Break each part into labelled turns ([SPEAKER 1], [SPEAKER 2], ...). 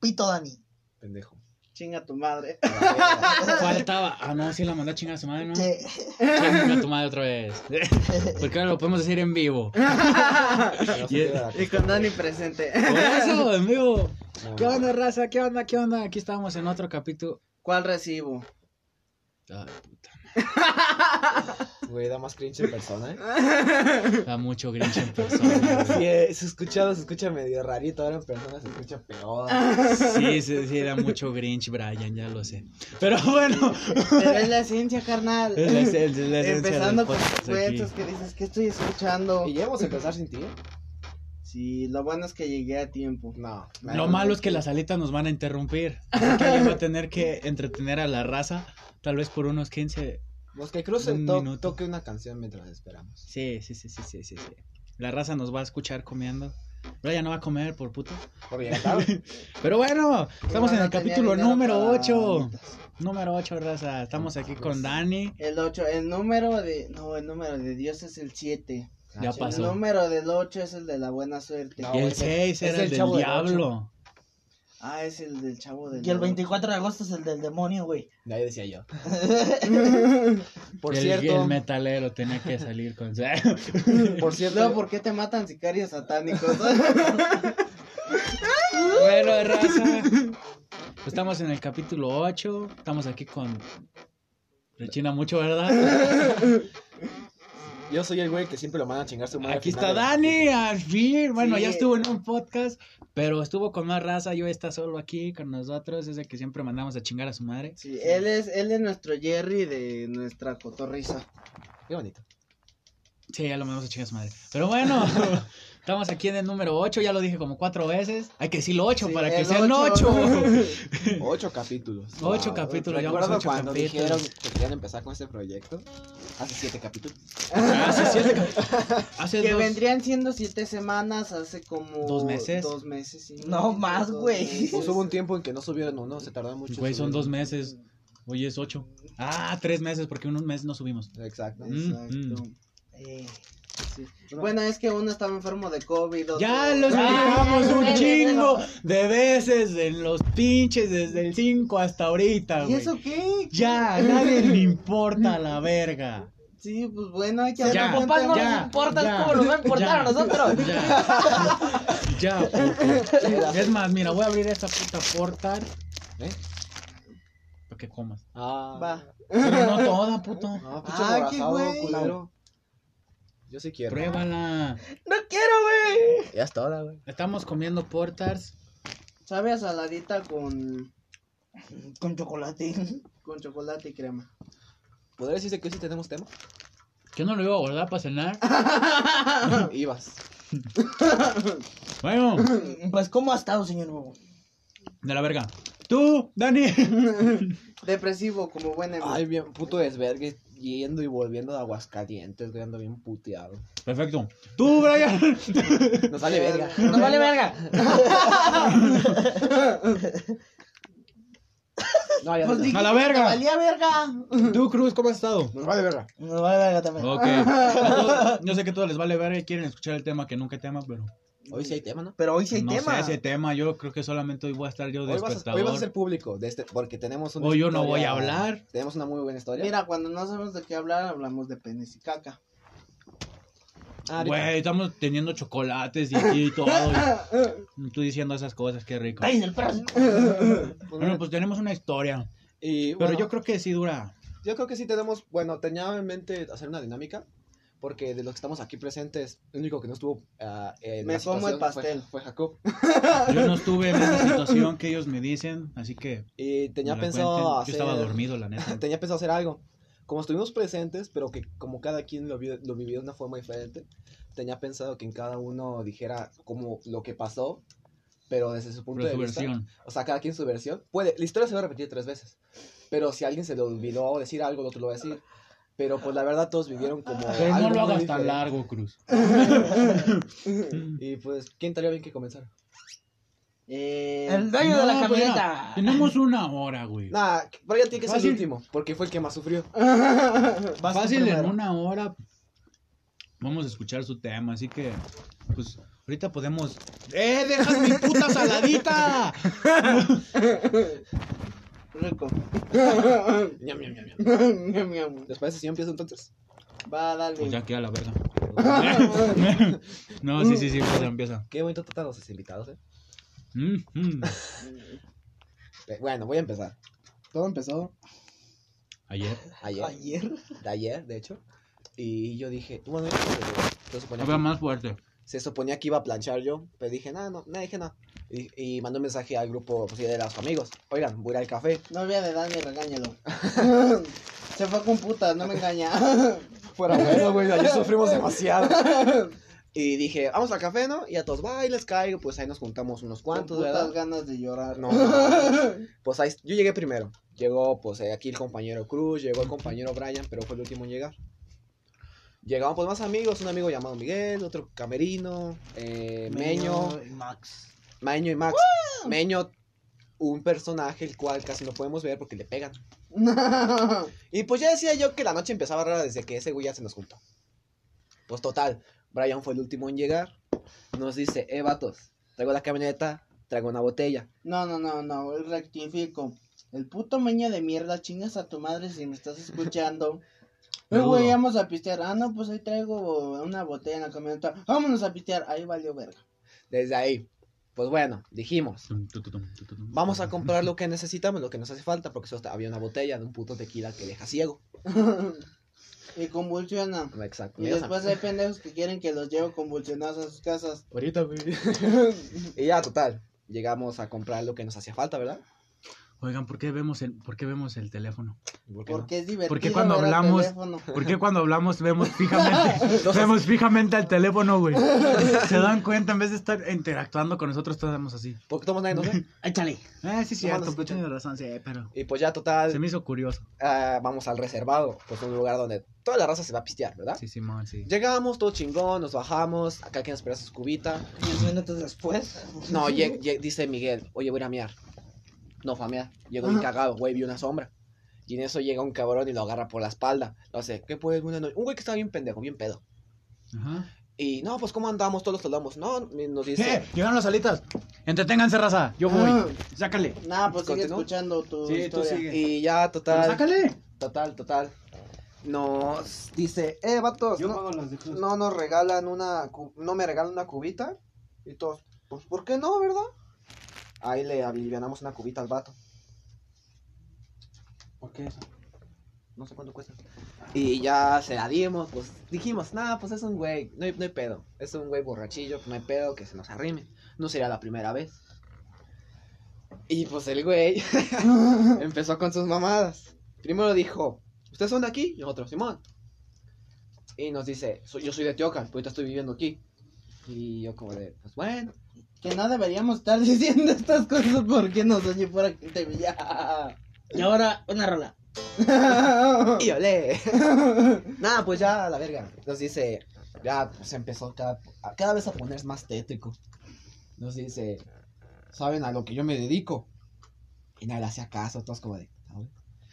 [SPEAKER 1] Pito Dani.
[SPEAKER 2] Pendejo.
[SPEAKER 3] Chinga tu madre.
[SPEAKER 4] Ah, Faltaba. Ah, no, sí la mandó a chingar a su madre, ¿no?
[SPEAKER 1] Sí.
[SPEAKER 4] Chinga tu madre otra vez. Porque ahora lo podemos decir en vivo. pues,
[SPEAKER 3] Y con Dani presente.
[SPEAKER 4] Por eso, en vivo. ¿Qué onda, raza? ¿Qué onda? ¿Qué onda? Aquí estamos en otro capítulo.
[SPEAKER 3] ¿Cuál recibo?
[SPEAKER 4] Ah, puta,
[SPEAKER 2] Güey, da más cringe en persona, ¿eh?
[SPEAKER 4] Ah. Da mucho grinch en persona. güey.
[SPEAKER 2] Sí, eh, se escucha, se escucha medio rarito, ahora en persona se escucha peor.
[SPEAKER 4] Ah. Sí, sí, sí, da mucho grinch, Brian, ya lo sé. Pero bueno.
[SPEAKER 3] Pero es la ciencia, carnal.
[SPEAKER 4] es la- es la esencia del
[SPEAKER 3] Empezando con
[SPEAKER 4] podcast
[SPEAKER 3] tus cuentos
[SPEAKER 4] aquí.
[SPEAKER 3] que dices, ¿qué estoy escuchando?
[SPEAKER 2] ¿Y ya vamos a empezar sin ti?
[SPEAKER 3] Sí, lo bueno es que llegué a tiempo.
[SPEAKER 2] No.
[SPEAKER 4] Lo malo es que las alitas nos van a interrumpir. Así que alguien va a tener que entretener a la raza. Tal vez por unos 15.
[SPEAKER 2] Los que crucen
[SPEAKER 4] Un
[SPEAKER 2] to-
[SPEAKER 4] minuto.
[SPEAKER 2] toque una canción mientras esperamos.
[SPEAKER 4] Sí, sí, sí, sí, sí, sí, sí. La raza nos va a escuchar comiendo. Brian no va a comer por puto.
[SPEAKER 2] Por bien, Ah, ¿sabes?
[SPEAKER 4] Pero bueno, estamos en
[SPEAKER 3] No
[SPEAKER 4] el
[SPEAKER 3] tenía
[SPEAKER 4] capítulo
[SPEAKER 3] dinero
[SPEAKER 4] número
[SPEAKER 3] para
[SPEAKER 4] 8.
[SPEAKER 3] alitas.
[SPEAKER 4] Número 8, raza. Estamos aquí
[SPEAKER 2] Pues,
[SPEAKER 4] con Dani.
[SPEAKER 3] El 8, el número de. No, el número de Dios es el 7.
[SPEAKER 4] Ya
[SPEAKER 2] sí.
[SPEAKER 4] pasó.
[SPEAKER 3] El número del 8 es el de la buena suerte.
[SPEAKER 2] No.
[SPEAKER 4] Y el
[SPEAKER 2] ese-
[SPEAKER 4] 6
[SPEAKER 2] ah, pues, es
[SPEAKER 4] era el
[SPEAKER 2] el
[SPEAKER 4] del
[SPEAKER 2] Chavo del Ocho.
[SPEAKER 4] diablo.
[SPEAKER 3] Ah, es el del chavo del.
[SPEAKER 1] Y el 24 de agosto es el del demonio, güey.
[SPEAKER 2] De ahí decía yo. Por
[SPEAKER 4] Por el,
[SPEAKER 2] cierto,
[SPEAKER 4] el metalero tenía que salir con.
[SPEAKER 2] por cierto,
[SPEAKER 3] No, ¿por qué te matan sicarios satánicos?
[SPEAKER 4] Bueno, raza. Pues Estamos en el capítulo 8. Estamos aquí con. Rechina mucho, ¿verdad?
[SPEAKER 2] yo soy el güey que siempre lo manda a chingar su madre.
[SPEAKER 4] Aquí
[SPEAKER 2] al
[SPEAKER 4] está
[SPEAKER 2] final de-
[SPEAKER 4] Dani, al fin. Bueno,
[SPEAKER 3] Sí.
[SPEAKER 4] ya estuvo en un podcast, pero estuvo con más raza. Yo está solo aquí con nosotros. Es el que siempre mandamos a chingar a su madre.
[SPEAKER 3] Sí, él es, él es nuestro Jerry de nuestra cotorriza.
[SPEAKER 2] Qué bonito.
[SPEAKER 4] Sí, ya lo mandamos a chingar a su madre. Pero bueno, estamos aquí en el número 8. Ya lo dije como cuatro veces. Hay que decirlo 8
[SPEAKER 3] Sí,
[SPEAKER 4] para que
[SPEAKER 3] el
[SPEAKER 4] sean
[SPEAKER 3] ocho.
[SPEAKER 4] 8.
[SPEAKER 2] Ocho capítulos.
[SPEAKER 4] Ocho capítulos, llevamos
[SPEAKER 2] Recuerdo
[SPEAKER 4] ocho
[SPEAKER 2] cuando
[SPEAKER 4] capítulos.
[SPEAKER 2] dijeron que querían empezar con este proyecto. Hace siete capítulos.
[SPEAKER 4] Hace siete. Hace
[SPEAKER 3] Que
[SPEAKER 4] dos-
[SPEAKER 3] vendrían siendo siete semanas hace como.
[SPEAKER 4] ¿Dos meses?
[SPEAKER 3] Dos meses, sí.
[SPEAKER 1] No más,
[SPEAKER 3] Dos
[SPEAKER 1] güey.
[SPEAKER 3] meses.
[SPEAKER 2] Pues hubo un tiempo en que no subieron uno, se tardó mucho. en
[SPEAKER 4] Güey, son
[SPEAKER 2] subir
[SPEAKER 4] dos
[SPEAKER 2] uno.
[SPEAKER 4] meses. Hoy es 8. Ah, tres meses, porque unos meses no subimos.
[SPEAKER 2] Exacto.
[SPEAKER 3] Exacto.
[SPEAKER 4] Mm,
[SPEAKER 1] Eh,
[SPEAKER 3] sí. Bueno, es que uno estaba enfermo de COVID. otro-
[SPEAKER 4] Ya los
[SPEAKER 1] Ah,
[SPEAKER 4] miramos un
[SPEAKER 1] güey,
[SPEAKER 4] chingo de veces en los pinches desde el 5 hasta
[SPEAKER 3] ¿Y
[SPEAKER 4] ahorita, güey.
[SPEAKER 3] eso qué?
[SPEAKER 4] Ya, a nadie le importa la verga.
[SPEAKER 3] Sí, pues bueno, hay que
[SPEAKER 4] Ya,
[SPEAKER 1] ya,
[SPEAKER 3] hablar con
[SPEAKER 1] Ah, papá, no
[SPEAKER 4] ya,
[SPEAKER 1] nos importa
[SPEAKER 4] ya,
[SPEAKER 1] cómo nos va a importar
[SPEAKER 4] ya.
[SPEAKER 1] a nosotros.
[SPEAKER 4] Ya. Ya, puto. Es más, mira, voy a abrir esta puta portal
[SPEAKER 2] ¿Eh?
[SPEAKER 4] para que comas.
[SPEAKER 2] Ah.
[SPEAKER 3] Va.
[SPEAKER 4] Pero no toda, puto.
[SPEAKER 2] No, pinche
[SPEAKER 3] Ah, qué
[SPEAKER 2] abrazado,
[SPEAKER 3] güey.
[SPEAKER 2] culero. Yo sí quiero.
[SPEAKER 4] Pruébala.
[SPEAKER 3] ¡No quiero, güey!
[SPEAKER 2] Ya es toda, güey.
[SPEAKER 4] Estamos comiendo portars.
[SPEAKER 3] Sabe a saladita con,
[SPEAKER 1] Con chocolate.
[SPEAKER 3] con chocolate y crema.
[SPEAKER 2] ¿Podría decirse que hoy sí tenemos tema?
[SPEAKER 4] Yo no lo iba a guardar para cenar.
[SPEAKER 2] Ibas.
[SPEAKER 4] Bueno.
[SPEAKER 1] Pues, ¿cómo ha estado, señor Bobo?
[SPEAKER 4] De la verga. Tú, Dani.
[SPEAKER 3] Depresivo, como buen emo.
[SPEAKER 2] Ay, bien, puto desvergue. Yendo y volviendo de Aguascalientes, güey, ando bien puteado.
[SPEAKER 4] Perfecto. Tú, Brian.
[SPEAKER 2] Nos sale verga.
[SPEAKER 1] ¡No vale verga!
[SPEAKER 2] No, ya no.
[SPEAKER 1] Pues di-
[SPEAKER 4] A la verga.
[SPEAKER 1] ¡Valía verga!
[SPEAKER 4] Tú, Cruz, ¿cómo has estado?
[SPEAKER 2] Nos vale verga.
[SPEAKER 1] No vale verga también.
[SPEAKER 4] Ok. Yo- Yo sé que a todos les vale verga y quieren escuchar el tema que nunca hay tema, pero.
[SPEAKER 2] Hoy sí hay tema, ¿no?
[SPEAKER 1] Pero hoy sí hay
[SPEAKER 4] no
[SPEAKER 1] tema.
[SPEAKER 4] sé ese tema. Yo creo que solamente hoy voy a estar yo de
[SPEAKER 2] Hoy vas, a,
[SPEAKER 4] espectador.
[SPEAKER 2] hoy vas a ser público, de este, porque tenemos una
[SPEAKER 4] Hoy yo no voy a hablar.
[SPEAKER 2] Tenemos una muy buena historia.
[SPEAKER 3] Mira, cuando no sabemos de qué hablar, hablamos de penes y caca.
[SPEAKER 2] Ah, ahorita.
[SPEAKER 4] Güey, estamos teniendo chocolates y, y todo. y tú diciendo esas cosas, qué rico.
[SPEAKER 1] ¡Ay, del perro!
[SPEAKER 4] Bueno, pues tenemos una historia.
[SPEAKER 2] Y,
[SPEAKER 4] Pero
[SPEAKER 2] bueno,
[SPEAKER 4] yo creo que sí dura.
[SPEAKER 2] Yo creo que sí tenemos, bueno, tenía en mente hacer una dinámica, porque de los que estamos aquí presentes, el único que no estuvo ah, en
[SPEAKER 3] Me
[SPEAKER 2] la
[SPEAKER 3] como el
[SPEAKER 2] situación
[SPEAKER 3] pastel.
[SPEAKER 2] Fue, fue Jacob.
[SPEAKER 4] Yo no estuve en esa situación que ellos me dicen, así que.
[SPEAKER 2] Y tenía
[SPEAKER 4] me la
[SPEAKER 2] pensado
[SPEAKER 4] cuenten.
[SPEAKER 2] hacer...
[SPEAKER 4] Yo estaba dormido, la neta.
[SPEAKER 2] Tenía pensado hacer algo. Como estuvimos presentes, pero que como cada quien lo, vi- lo vivió de una forma diferente, tenía pensado que en cada uno dijera como lo que pasó, pero desde su punto
[SPEAKER 4] Pero
[SPEAKER 2] de
[SPEAKER 4] su
[SPEAKER 2] vista.
[SPEAKER 4] versión.
[SPEAKER 2] O sea, cada quien su versión. Puede, la historia se va a repetir tres veces. Pero si a alguien se le olvidó decir algo, el otro lo va a decir. Pero pues la verdad todos vivieron como.
[SPEAKER 4] Pero no
[SPEAKER 2] Ah, algo
[SPEAKER 4] lo
[SPEAKER 2] muy
[SPEAKER 4] hagas tan
[SPEAKER 2] diferente.
[SPEAKER 4] largo, Cruz.
[SPEAKER 2] Y pues, ¿quién estaría bien que comenzara?
[SPEAKER 3] Eh,
[SPEAKER 1] El dueño de la
[SPEAKER 4] No, pues, mira,
[SPEAKER 1] camioneta.
[SPEAKER 4] tenemos una hora, güey.
[SPEAKER 2] Nah, Brian tiene que ser
[SPEAKER 4] Fácil.
[SPEAKER 2] el último, porque fue el que más sufrió.
[SPEAKER 4] Fácil,
[SPEAKER 2] Vas tú primero.
[SPEAKER 4] en una hora vamos a escuchar su tema, así que, pues, Ahorita podemos. ¡Eh! ¡Dejas mi puta saladita!
[SPEAKER 3] Rico.
[SPEAKER 2] Ñam, ñam, ñam, ñam.
[SPEAKER 3] Miam, miam.
[SPEAKER 2] ¿Les parece si yo empiezo entonces?
[SPEAKER 3] Va, dale.
[SPEAKER 4] Pues ya queda la verga. no, sí, sí, sí, empieza, empieza.
[SPEAKER 2] Qué bonito tratan los invitados, ¿eh?
[SPEAKER 4] Mm, mm.
[SPEAKER 2] Pe- Bueno, voy a empezar. Todo empezó
[SPEAKER 4] Ayer.
[SPEAKER 2] ayer,
[SPEAKER 1] Ayer.
[SPEAKER 2] de ayer, de hecho. Y yo dije, bueno, yo- se- se suponía,
[SPEAKER 4] Habla
[SPEAKER 2] que,
[SPEAKER 4] más fuerte.
[SPEAKER 2] se suponía que iba a planchar yo, pero dije, no, no, no, dije no. Y, y mandé un mensaje al grupo pues, de los amigos. Oigan, voy a ir al café.
[SPEAKER 3] Novia de Dani, regáñalo. Se fue con putas, no me engaña.
[SPEAKER 2] Fuera bueno, güey, ayer sufrimos demasiado. Y dije, vamos al café, ¿no? Y a todos, va, y les caigo. Pues ahí nos juntamos unos cuantos,
[SPEAKER 3] Con putas
[SPEAKER 2] ¿verdad?
[SPEAKER 3] ganas de llorar.
[SPEAKER 2] No. Pues ahí, yo llegué primero. Llegó, pues eh, aquí el compañero Cruz, llegó el compañero Brian, pero fue el último en llegar. Llegaban pues más amigos, un amigo llamado Miguel, otro camerino, eh, Meño,
[SPEAKER 1] y Max.
[SPEAKER 2] Meño y Max. Meño, un personaje el cual casi no podemos ver porque le pegan. Y pues ya decía yo que la noche empezaba rara desde que ese güey ya se nos juntó. Pues total, Brian fue el último en llegar. Nos dice, eh, vatos, traigo la camioneta, traigo una botella.
[SPEAKER 3] No, no, no, no, rectifico. El puto meña de mierda, chingas a tu madre si me estás escuchando. Eh,
[SPEAKER 4] Menudo.
[SPEAKER 3] güey, vamos a pistear. Ah, no, pues ahí traigo una botella en la camioneta. Vámonos a pistear. Ahí valió verga.
[SPEAKER 2] Desde ahí. Pues bueno, dijimos.
[SPEAKER 4] Tum, tu, tu, tum, tu, tu, tum.
[SPEAKER 2] Vamos a comprar lo que necesitamos, lo que nos hace falta, porque solo había una botella de un puto tequila que deja ciego.
[SPEAKER 3] y convulsiona.
[SPEAKER 2] Exacto.
[SPEAKER 3] Y después hay pendejos que quieren que los llevo convulsionados a sus casas.
[SPEAKER 2] Ahorita, Y ya, total. Llegamos a comprar lo que nos hacía falta, ¿verdad?
[SPEAKER 4] Oigan, ¿por qué vemos el, por qué vemos el teléfono?
[SPEAKER 2] ¿Por qué no?
[SPEAKER 3] Porque es divertido.
[SPEAKER 4] Porque cuando
[SPEAKER 3] ver al
[SPEAKER 4] hablamos-
[SPEAKER 3] teléfono.
[SPEAKER 4] ¿Por qué cuando hablamos vemos fijamente, vemos fijamente al teléfono, güey? Se dan cuenta, en vez de estar interactuando con nosotros, todos hacemos así.
[SPEAKER 2] Porque todos nadie nos ve.
[SPEAKER 1] Échale.
[SPEAKER 2] No, no
[SPEAKER 4] Ah, sí, cierto,
[SPEAKER 2] se
[SPEAKER 4] pero
[SPEAKER 2] escucha.
[SPEAKER 4] tienes razón, sí, eh, pero.
[SPEAKER 2] Y pues ya,
[SPEAKER 4] Se
[SPEAKER 2] total,
[SPEAKER 4] me hizo curioso.
[SPEAKER 2] ah, vamos al reservado, pues un lugar donde toda la raza se va a pistear, ¿verdad?
[SPEAKER 4] Sí, Simón, sí.
[SPEAKER 2] Llegamos, todo chingón, nos bajamos, acá quien espera su cubita.
[SPEAKER 1] Diez minutos después.
[SPEAKER 2] No, lleg- lleg- dice Miguel, oye, voy a ir a mear. No fue a mear. Llegó bien
[SPEAKER 3] Ajá.
[SPEAKER 2] cagado, güey, vio una sombra. Y en eso llega un cabrón y lo agarra por la espalda. No sé, ¿qué puedes? Una noche? Un güey que estaba bien pendejo, bien pedo.
[SPEAKER 4] Ajá.
[SPEAKER 2] Y no, pues ¿cómo andamos? Todos los saludamos. No, nos dice.
[SPEAKER 4] ¡Eh! Llegaron las alitas. Entreténganse, raza. Yo voy.
[SPEAKER 3] Ah.
[SPEAKER 4] Sácale.
[SPEAKER 3] Nah, pues sigue
[SPEAKER 2] ¿Continúa?
[SPEAKER 3] escuchando tu
[SPEAKER 4] Sí, tú
[SPEAKER 3] historia.
[SPEAKER 4] sigue.
[SPEAKER 2] Y ya, total,
[SPEAKER 4] Sácale.
[SPEAKER 2] total, total. Nos dice, eh, vatos, no,
[SPEAKER 4] las de Cruz.
[SPEAKER 2] no nos regalan una, cu- no me regalan una cubita. Y todos, pues ¿por qué no, verdad? Ahí le alivianamos una cubita al vato.
[SPEAKER 4] ¿Por qué eso?
[SPEAKER 2] No sé cuánto cuesta. Y ya se la dimos, pues dijimos, nada, pues es un güey, no hay, no hay pedo. Es un güey borrachillo, no hay pedo, que se nos arrime. No sería la primera vez. Y pues el güey empezó con sus mamadas. Primero dijo, ¿ustedes son de aquí? Y nosotros, Simón. Y nos dice, "Soy- yo soy de Teocan, pero ahorita estoy viviendo aquí. Y yo como de, pues bueno.
[SPEAKER 3] Que no deberíamos estar diciendo estas cosas porque nos oye por aquí te ya.
[SPEAKER 1] Y ahora, una rola.
[SPEAKER 3] Ah.
[SPEAKER 2] Y olé. Nada, pues ya a la verga. Nos dice, ya se empezó cada, a- cada vez a poner más tétrico. Nos dice, ¿saben a lo que yo me dedico? Y nadie le hacía caso, todos como de, "¿Saben?".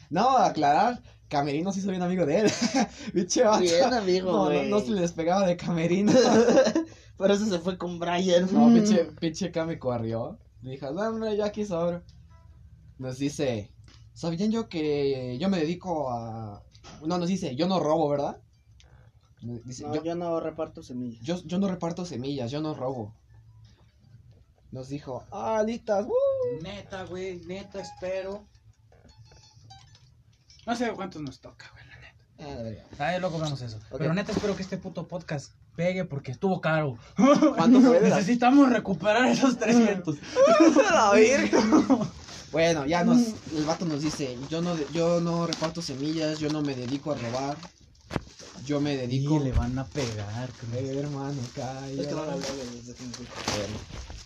[SPEAKER 2] No, a aclarar, Camerino sí soy bien amigo de él. Biche vato.
[SPEAKER 3] Bien, amigo,
[SPEAKER 2] No, no,
[SPEAKER 3] güey.
[SPEAKER 2] no se le despegaba de Camerino.
[SPEAKER 1] Por eso se fue con Brian.
[SPEAKER 2] No,
[SPEAKER 3] Mm.
[SPEAKER 2] pinche, pinche Cami corrió. Dijo, no, hombre, yo aquí sobro. Nos dice, ¿sabían yo que yo me dedico a... No, nos dice, yo no robo, ¿verdad? Nos Dice,
[SPEAKER 3] No,
[SPEAKER 2] yo,
[SPEAKER 3] yo no reparto semillas.
[SPEAKER 2] yo, yo no reparto semillas, yo no robo. Nos dijo, ah, listas, uh".
[SPEAKER 4] Neta, güey. Neta, espero. No sé cuántos nos toca, güey.
[SPEAKER 2] Ah, la verga.
[SPEAKER 4] Ahí luego vemos eso.
[SPEAKER 2] Ok.
[SPEAKER 4] Pero neta, espero que este puto podcast pegue porque estuvo caro.
[SPEAKER 2] ¿Cuánto fue de la-
[SPEAKER 4] Necesitamos recuperar esos 300.
[SPEAKER 2] Bueno, ya nos,
[SPEAKER 3] Mm.
[SPEAKER 2] el vato nos dice, yo no, de- yo no reparto semillas, yo no me dedico a robar. Yo me
[SPEAKER 4] Y
[SPEAKER 2] dedico...
[SPEAKER 4] le van a pegar.
[SPEAKER 2] Eh, hermano, calla.
[SPEAKER 3] Es que no lo hablé desde que empecé.
[SPEAKER 2] Bueno,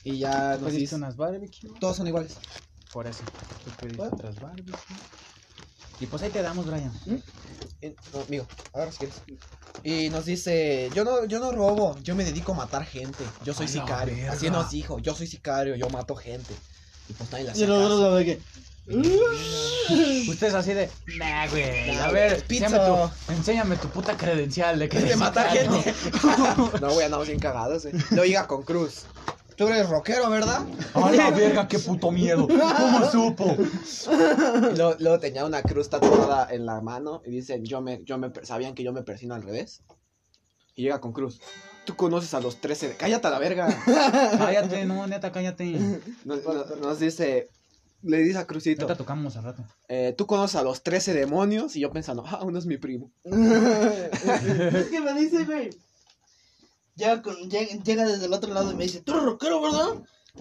[SPEAKER 2] Y ya nos
[SPEAKER 5] Pues
[SPEAKER 2] dice...
[SPEAKER 4] unas barbecue?
[SPEAKER 2] Todos son iguales.
[SPEAKER 4] Por eso. Tú pediste
[SPEAKER 2] Bueno.
[SPEAKER 4] otras barbecue. Y pues ahí te damos, Brian.
[SPEAKER 2] Eh, no, amigo, ahora si quieres. Y nos dice, yo no, yo no robo, yo me dedico a matar gente, yo soy
[SPEAKER 4] A la
[SPEAKER 2] sicario. Así
[SPEAKER 4] verga.
[SPEAKER 2] nos dijo, yo soy sicario, yo mato gente. Y pues nadie le
[SPEAKER 1] Y
[SPEAKER 2] hacía
[SPEAKER 1] los
[SPEAKER 2] caso.
[SPEAKER 1] otros, de que,
[SPEAKER 5] Ustedes así de, nah, güey.
[SPEAKER 2] Nah,
[SPEAKER 5] a
[SPEAKER 2] Mm. güey,
[SPEAKER 5] ver,
[SPEAKER 2] pizza.
[SPEAKER 5] enséñame tu, enséñame tu puta credencial de que
[SPEAKER 2] De
[SPEAKER 5] eres
[SPEAKER 2] matar
[SPEAKER 5] mexicano".
[SPEAKER 2] gente. No, güey, andamos bien cagados, eh. No llega con cruz. Tú eres rockero, ¿verdad?
[SPEAKER 5] A la verga, qué puto miedo. ¿Cómo supo?
[SPEAKER 2] Luego, luego tenía una cruz tatuada en la mano y dicen, yo me, yo me, per- sabían que yo me persino al revés. Y llega con cruz. Tú conoces a los 13 de... Cállate a la verga.
[SPEAKER 5] Cállate, no, neta, cállate.
[SPEAKER 2] Nos, nos- nos dice, le dice a Crucito,
[SPEAKER 5] Ahorita tocamos al rato.
[SPEAKER 2] eh, tú conoces a los 13 demonios y yo pensando, ah, uno es mi primo.
[SPEAKER 1] Es que me dice, güey. Llega, con, lleg- llega, desde el otro lado y me dice, tú eres rockero, ¿verdad?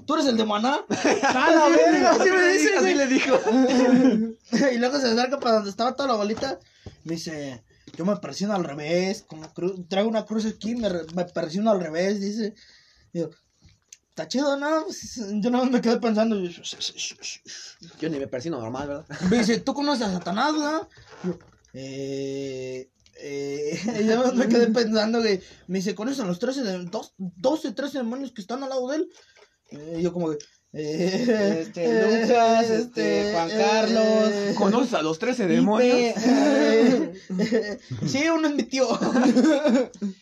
[SPEAKER 1] ¿Tú eres el de Maná?
[SPEAKER 5] ¡A la verga!
[SPEAKER 1] Así me dice,
[SPEAKER 2] Así
[SPEAKER 1] güey.
[SPEAKER 2] le dijo.
[SPEAKER 1] y luego se acerca para donde estaba toda la bolita. Me dice, yo me presiono al revés. Como cru- traigo una cruz aquí, me, re- me presiono al revés. Dice, digo, está chido, ¿no? Pues, yo no me quedé pensando. y yo,
[SPEAKER 2] Yo ni me persino normal, ¿verdad?
[SPEAKER 1] Me dice, ¿tú conoces a Satanás, verdad? Yo, eh, eh, y yo me quedé pensando, güey. Me dice, ¿conoces a los 13, de, dos- 12, 13 demonios que están al lado de él? Eh, y yo como que... eh,
[SPEAKER 3] Este, Lucas, este, Juan Carlos.
[SPEAKER 2] ¿Conoces a los 13
[SPEAKER 3] Pipe.
[SPEAKER 2] demonios?
[SPEAKER 1] eh, sí, uno es mi tío.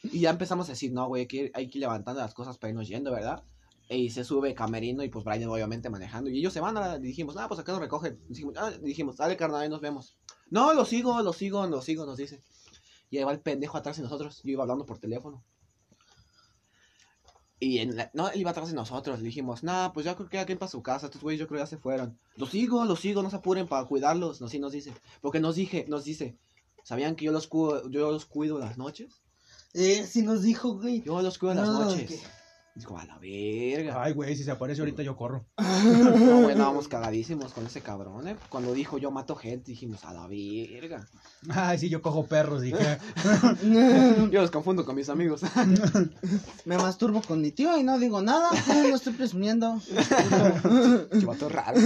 [SPEAKER 2] Y ya empezamos a decir, no, güey, hay que, ir- hay que ir levantando las cosas para irnos yendo, ¿verdad? Y se sube Camerino y pues Brian obviamente manejando. Y ellos se van a la... y dijimos, ah, pues acá nos recogen. Dijimos, ah, dijimos, dale carnal, ahí nos vemos. No, lo sigo, lo sigo, lo sigo, nos dice. Y ahí va el pendejo atrás de nosotros. Yo iba hablando por teléfono. Y en la- no, él iba atrás de nosotros. Le dijimos, nah, pues ya creo que ya que para su casa. Estos güeyes yo creo que ya se fueron. Lo sigo, lo sigo, no se apuren para cuidarlos. No, sí nos dice. Porque nos dije, nos dice, ¿sabían que yo los cuido, yo los cuido las noches?
[SPEAKER 1] Eh, sí nos dijo, güey.
[SPEAKER 2] Yo los cuido en las
[SPEAKER 1] No,
[SPEAKER 2] noches.
[SPEAKER 1] ¿qué?
[SPEAKER 2] Dijo, a la verga.
[SPEAKER 4] Ah,
[SPEAKER 5] Ay, güey, si se aparece ahorita yo corro.
[SPEAKER 2] No, güey, estábamos cagadísimos con ese cabrón, ¿eh? Cuando dijo yo mato gente, dijimos, a la verga.
[SPEAKER 5] Ay, sí, yo cojo perros, dije.
[SPEAKER 2] Yo los confundo con mis amigos.
[SPEAKER 3] Me masturbo con mi tío y no digo nada. No estoy presumiendo.
[SPEAKER 2] Chivato raro.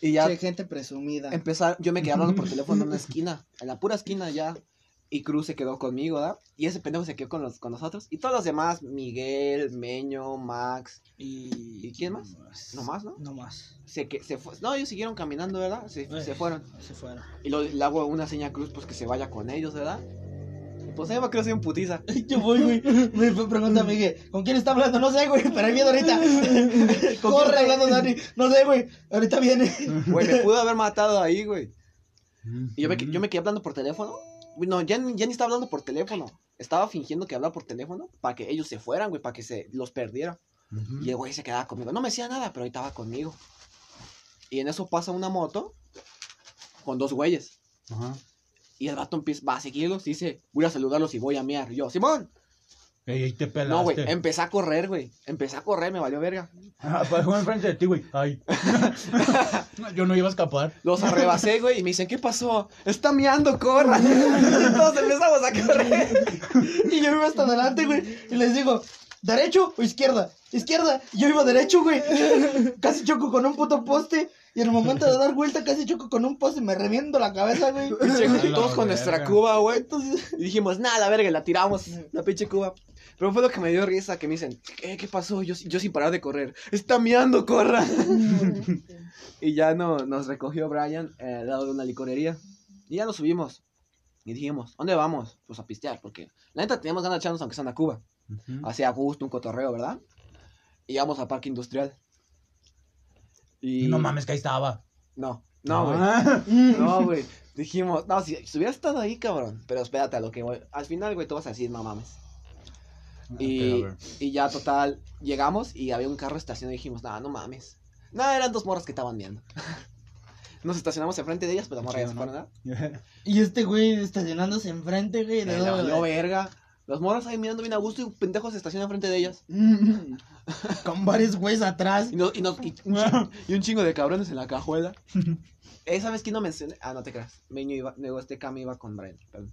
[SPEAKER 2] Y ya
[SPEAKER 3] Che, gente presumida.
[SPEAKER 2] empezar, yo me quedé hablando por teléfono en una esquina, en la pura esquina ya. Y Cruz se quedó conmigo, ¿verdad? Y ese pendejo se quedó con, los, con nosotros. Y todos los demás, Miguel, Meño, Max.
[SPEAKER 1] ¿Y,
[SPEAKER 2] ¿Y quién más? No más, ¿no?
[SPEAKER 1] No más.
[SPEAKER 2] Se, que, se fue- no, ellos siguieron caminando, ¿verdad? Se, se
[SPEAKER 1] Eh.
[SPEAKER 2] fueron.
[SPEAKER 1] Se fueron.
[SPEAKER 2] Y lo- le hago una seña a Cruz, pues que se vaya con ellos, ¿verdad? Y pues ahí va Cruz en putiza.
[SPEAKER 1] Yo voy, güey. Me fue- pregunta, me dije, ¿con quién está hablando? No sé, güey, pero ahí viene ahorita. ¿Con quién
[SPEAKER 3] Corre.
[SPEAKER 1] está hablando Dani? No sé, güey. Ahorita viene.
[SPEAKER 2] Güey, me pudo haber matado ahí, güey. Y yo me, que- yo me quedé hablando por teléfono. Güey, No, ya, ni- ya ni estaba hablando por teléfono. Estaba fingiendo que hablaba por teléfono para que ellos se fueran, güey, para que se los perdiera. Y el güey se quedaba conmigo. No me decía nada, pero ahí estaba conmigo. Y en eso pasa una moto con dos güeyes.
[SPEAKER 5] Ajá.
[SPEAKER 2] Y el vato empieza, va a seguirlos y dice, voy a saludarlos y voy a mear. Y yo, Simón.
[SPEAKER 5] Ey, ahí te pelaste.
[SPEAKER 2] No, güey, em- empecé a correr, güey. Empecé a correr, me valió verga.
[SPEAKER 5] Ah, Pasó enfrente de ti, güey. Ay. Yo no iba a escapar.
[SPEAKER 2] Los arrebasé, güey, y me dicen, ¿qué pasó? Está miando, corra. Y todos empezamos a correr.
[SPEAKER 1] Y yo iba hasta adelante, güey. Y les digo, ¿derecho o izquierda? Izquierda. Y yo iba derecho, güey. Casi choco con un puto poste. Y en el momento de dar vuelta, casi choco con un poste y me reviento la cabeza, güey.
[SPEAKER 2] Pinche-
[SPEAKER 5] A la
[SPEAKER 2] todos con nuestra
[SPEAKER 5] verga.
[SPEAKER 2] cuba, güey. Entonces, y dijimos, nada, la verga, la tiramos, la pinche cuba. Pero fue lo que me dio risa, que me dicen, ¿qué, qué pasó? Yo, yo sin parar de correr. Está miando, corra. y ya no, nos recogió Brian eh, al lado de una licorería. Y ya nos subimos. Y dijimos, ¿dónde vamos? Pues a pistear, porque la neta teníamos ganas de echarnos aunque sea una cuba. Así a gusto, un cotorreo, ¿verdad? Y íbamos al parque industrial. Y...
[SPEAKER 5] No mames, que ahí estaba.
[SPEAKER 2] No, no, güey.
[SPEAKER 5] Ah.
[SPEAKER 2] No, güey. Dijimos, no, si, si hubiera estado ahí, cabrón. Pero espérate a lo que voy. Al final, güey, tú vas a decir, no mames. Y,
[SPEAKER 5] Ok, a ver.
[SPEAKER 2] y ya, total, llegamos y había un carro estacionado y dijimos, no, no mames. No, eran dos morras que estaban viendo. Nos estacionamos enfrente de ellas, pero la morra ya se
[SPEAKER 5] Chido,
[SPEAKER 2] fueron, ¿verdad?
[SPEAKER 1] Y este güey estacionándose enfrente, güey. de
[SPEAKER 2] Eh, le
[SPEAKER 1] lado,
[SPEAKER 2] valió
[SPEAKER 1] güey.
[SPEAKER 2] verga. Los morras ahí mirando bien a gusto y un pendejo se estaciona enfrente de ellas.
[SPEAKER 1] Con varios güeyes atrás.
[SPEAKER 2] Y, no- y no- y un, chingo, y un chingo de cabrones en la cajuela. Eh, ¿Sabes quién no mencioné? Ah, no te creas. Meño iba, digo, este cam iba con Brian. perdón.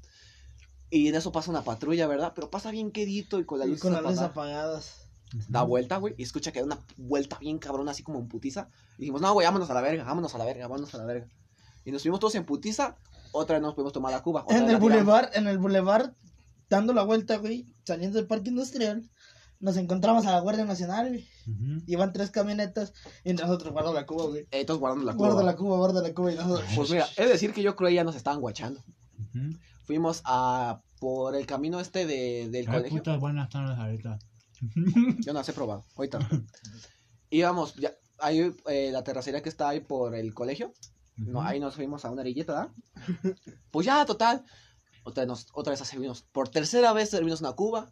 [SPEAKER 2] Y en eso pasa una patrulla, ¿verdad? Pero pasa bien quedito y con la
[SPEAKER 1] Y
[SPEAKER 2] luz
[SPEAKER 1] con las luces
[SPEAKER 2] apagada.
[SPEAKER 1] apagadas.
[SPEAKER 2] Da vuelta, güey. Y escucha que da una vuelta bien cabrona, así como en putiza. Y dijimos, no, güey, vámonos a la verga, vámonos a la verga, vámonos a la verga. Y nos fuimos todos en putiza. Otra vez nos pudimos tomar la cuba. otra
[SPEAKER 1] En el
[SPEAKER 2] vez la tiramos.
[SPEAKER 1] bulevar, en el bulevar, dando la vuelta, güey, saliendo del parque industrial, nos encontramos a la Guardia Nacional, güey.
[SPEAKER 5] Ujú.
[SPEAKER 1] Iban tres camionetas y nosotros guarda la cuba, güey.
[SPEAKER 2] Eh, todos guardando la cuba.
[SPEAKER 1] Guarda la cuba, guarda la cuba y nosotros.
[SPEAKER 2] Pues mira, es decir que yo creo que ya nos estaban guachando.
[SPEAKER 5] Ujú.
[SPEAKER 2] Fuimos a por el camino este de, del
[SPEAKER 4] Ah,
[SPEAKER 5] Ay,
[SPEAKER 2] colegio.
[SPEAKER 5] putas buenas están las aretas.
[SPEAKER 2] Yo no las he probado, ahorita. Íbamos, ya, ahí eh, la terracería que está ahí por el colegio. No,
[SPEAKER 5] Ujú.
[SPEAKER 2] ahí nos fuimos a una orillita, ¿verdad? pues ya, total. Otra, nos- otra vez servimos. Por tercera vez servimos una cuba.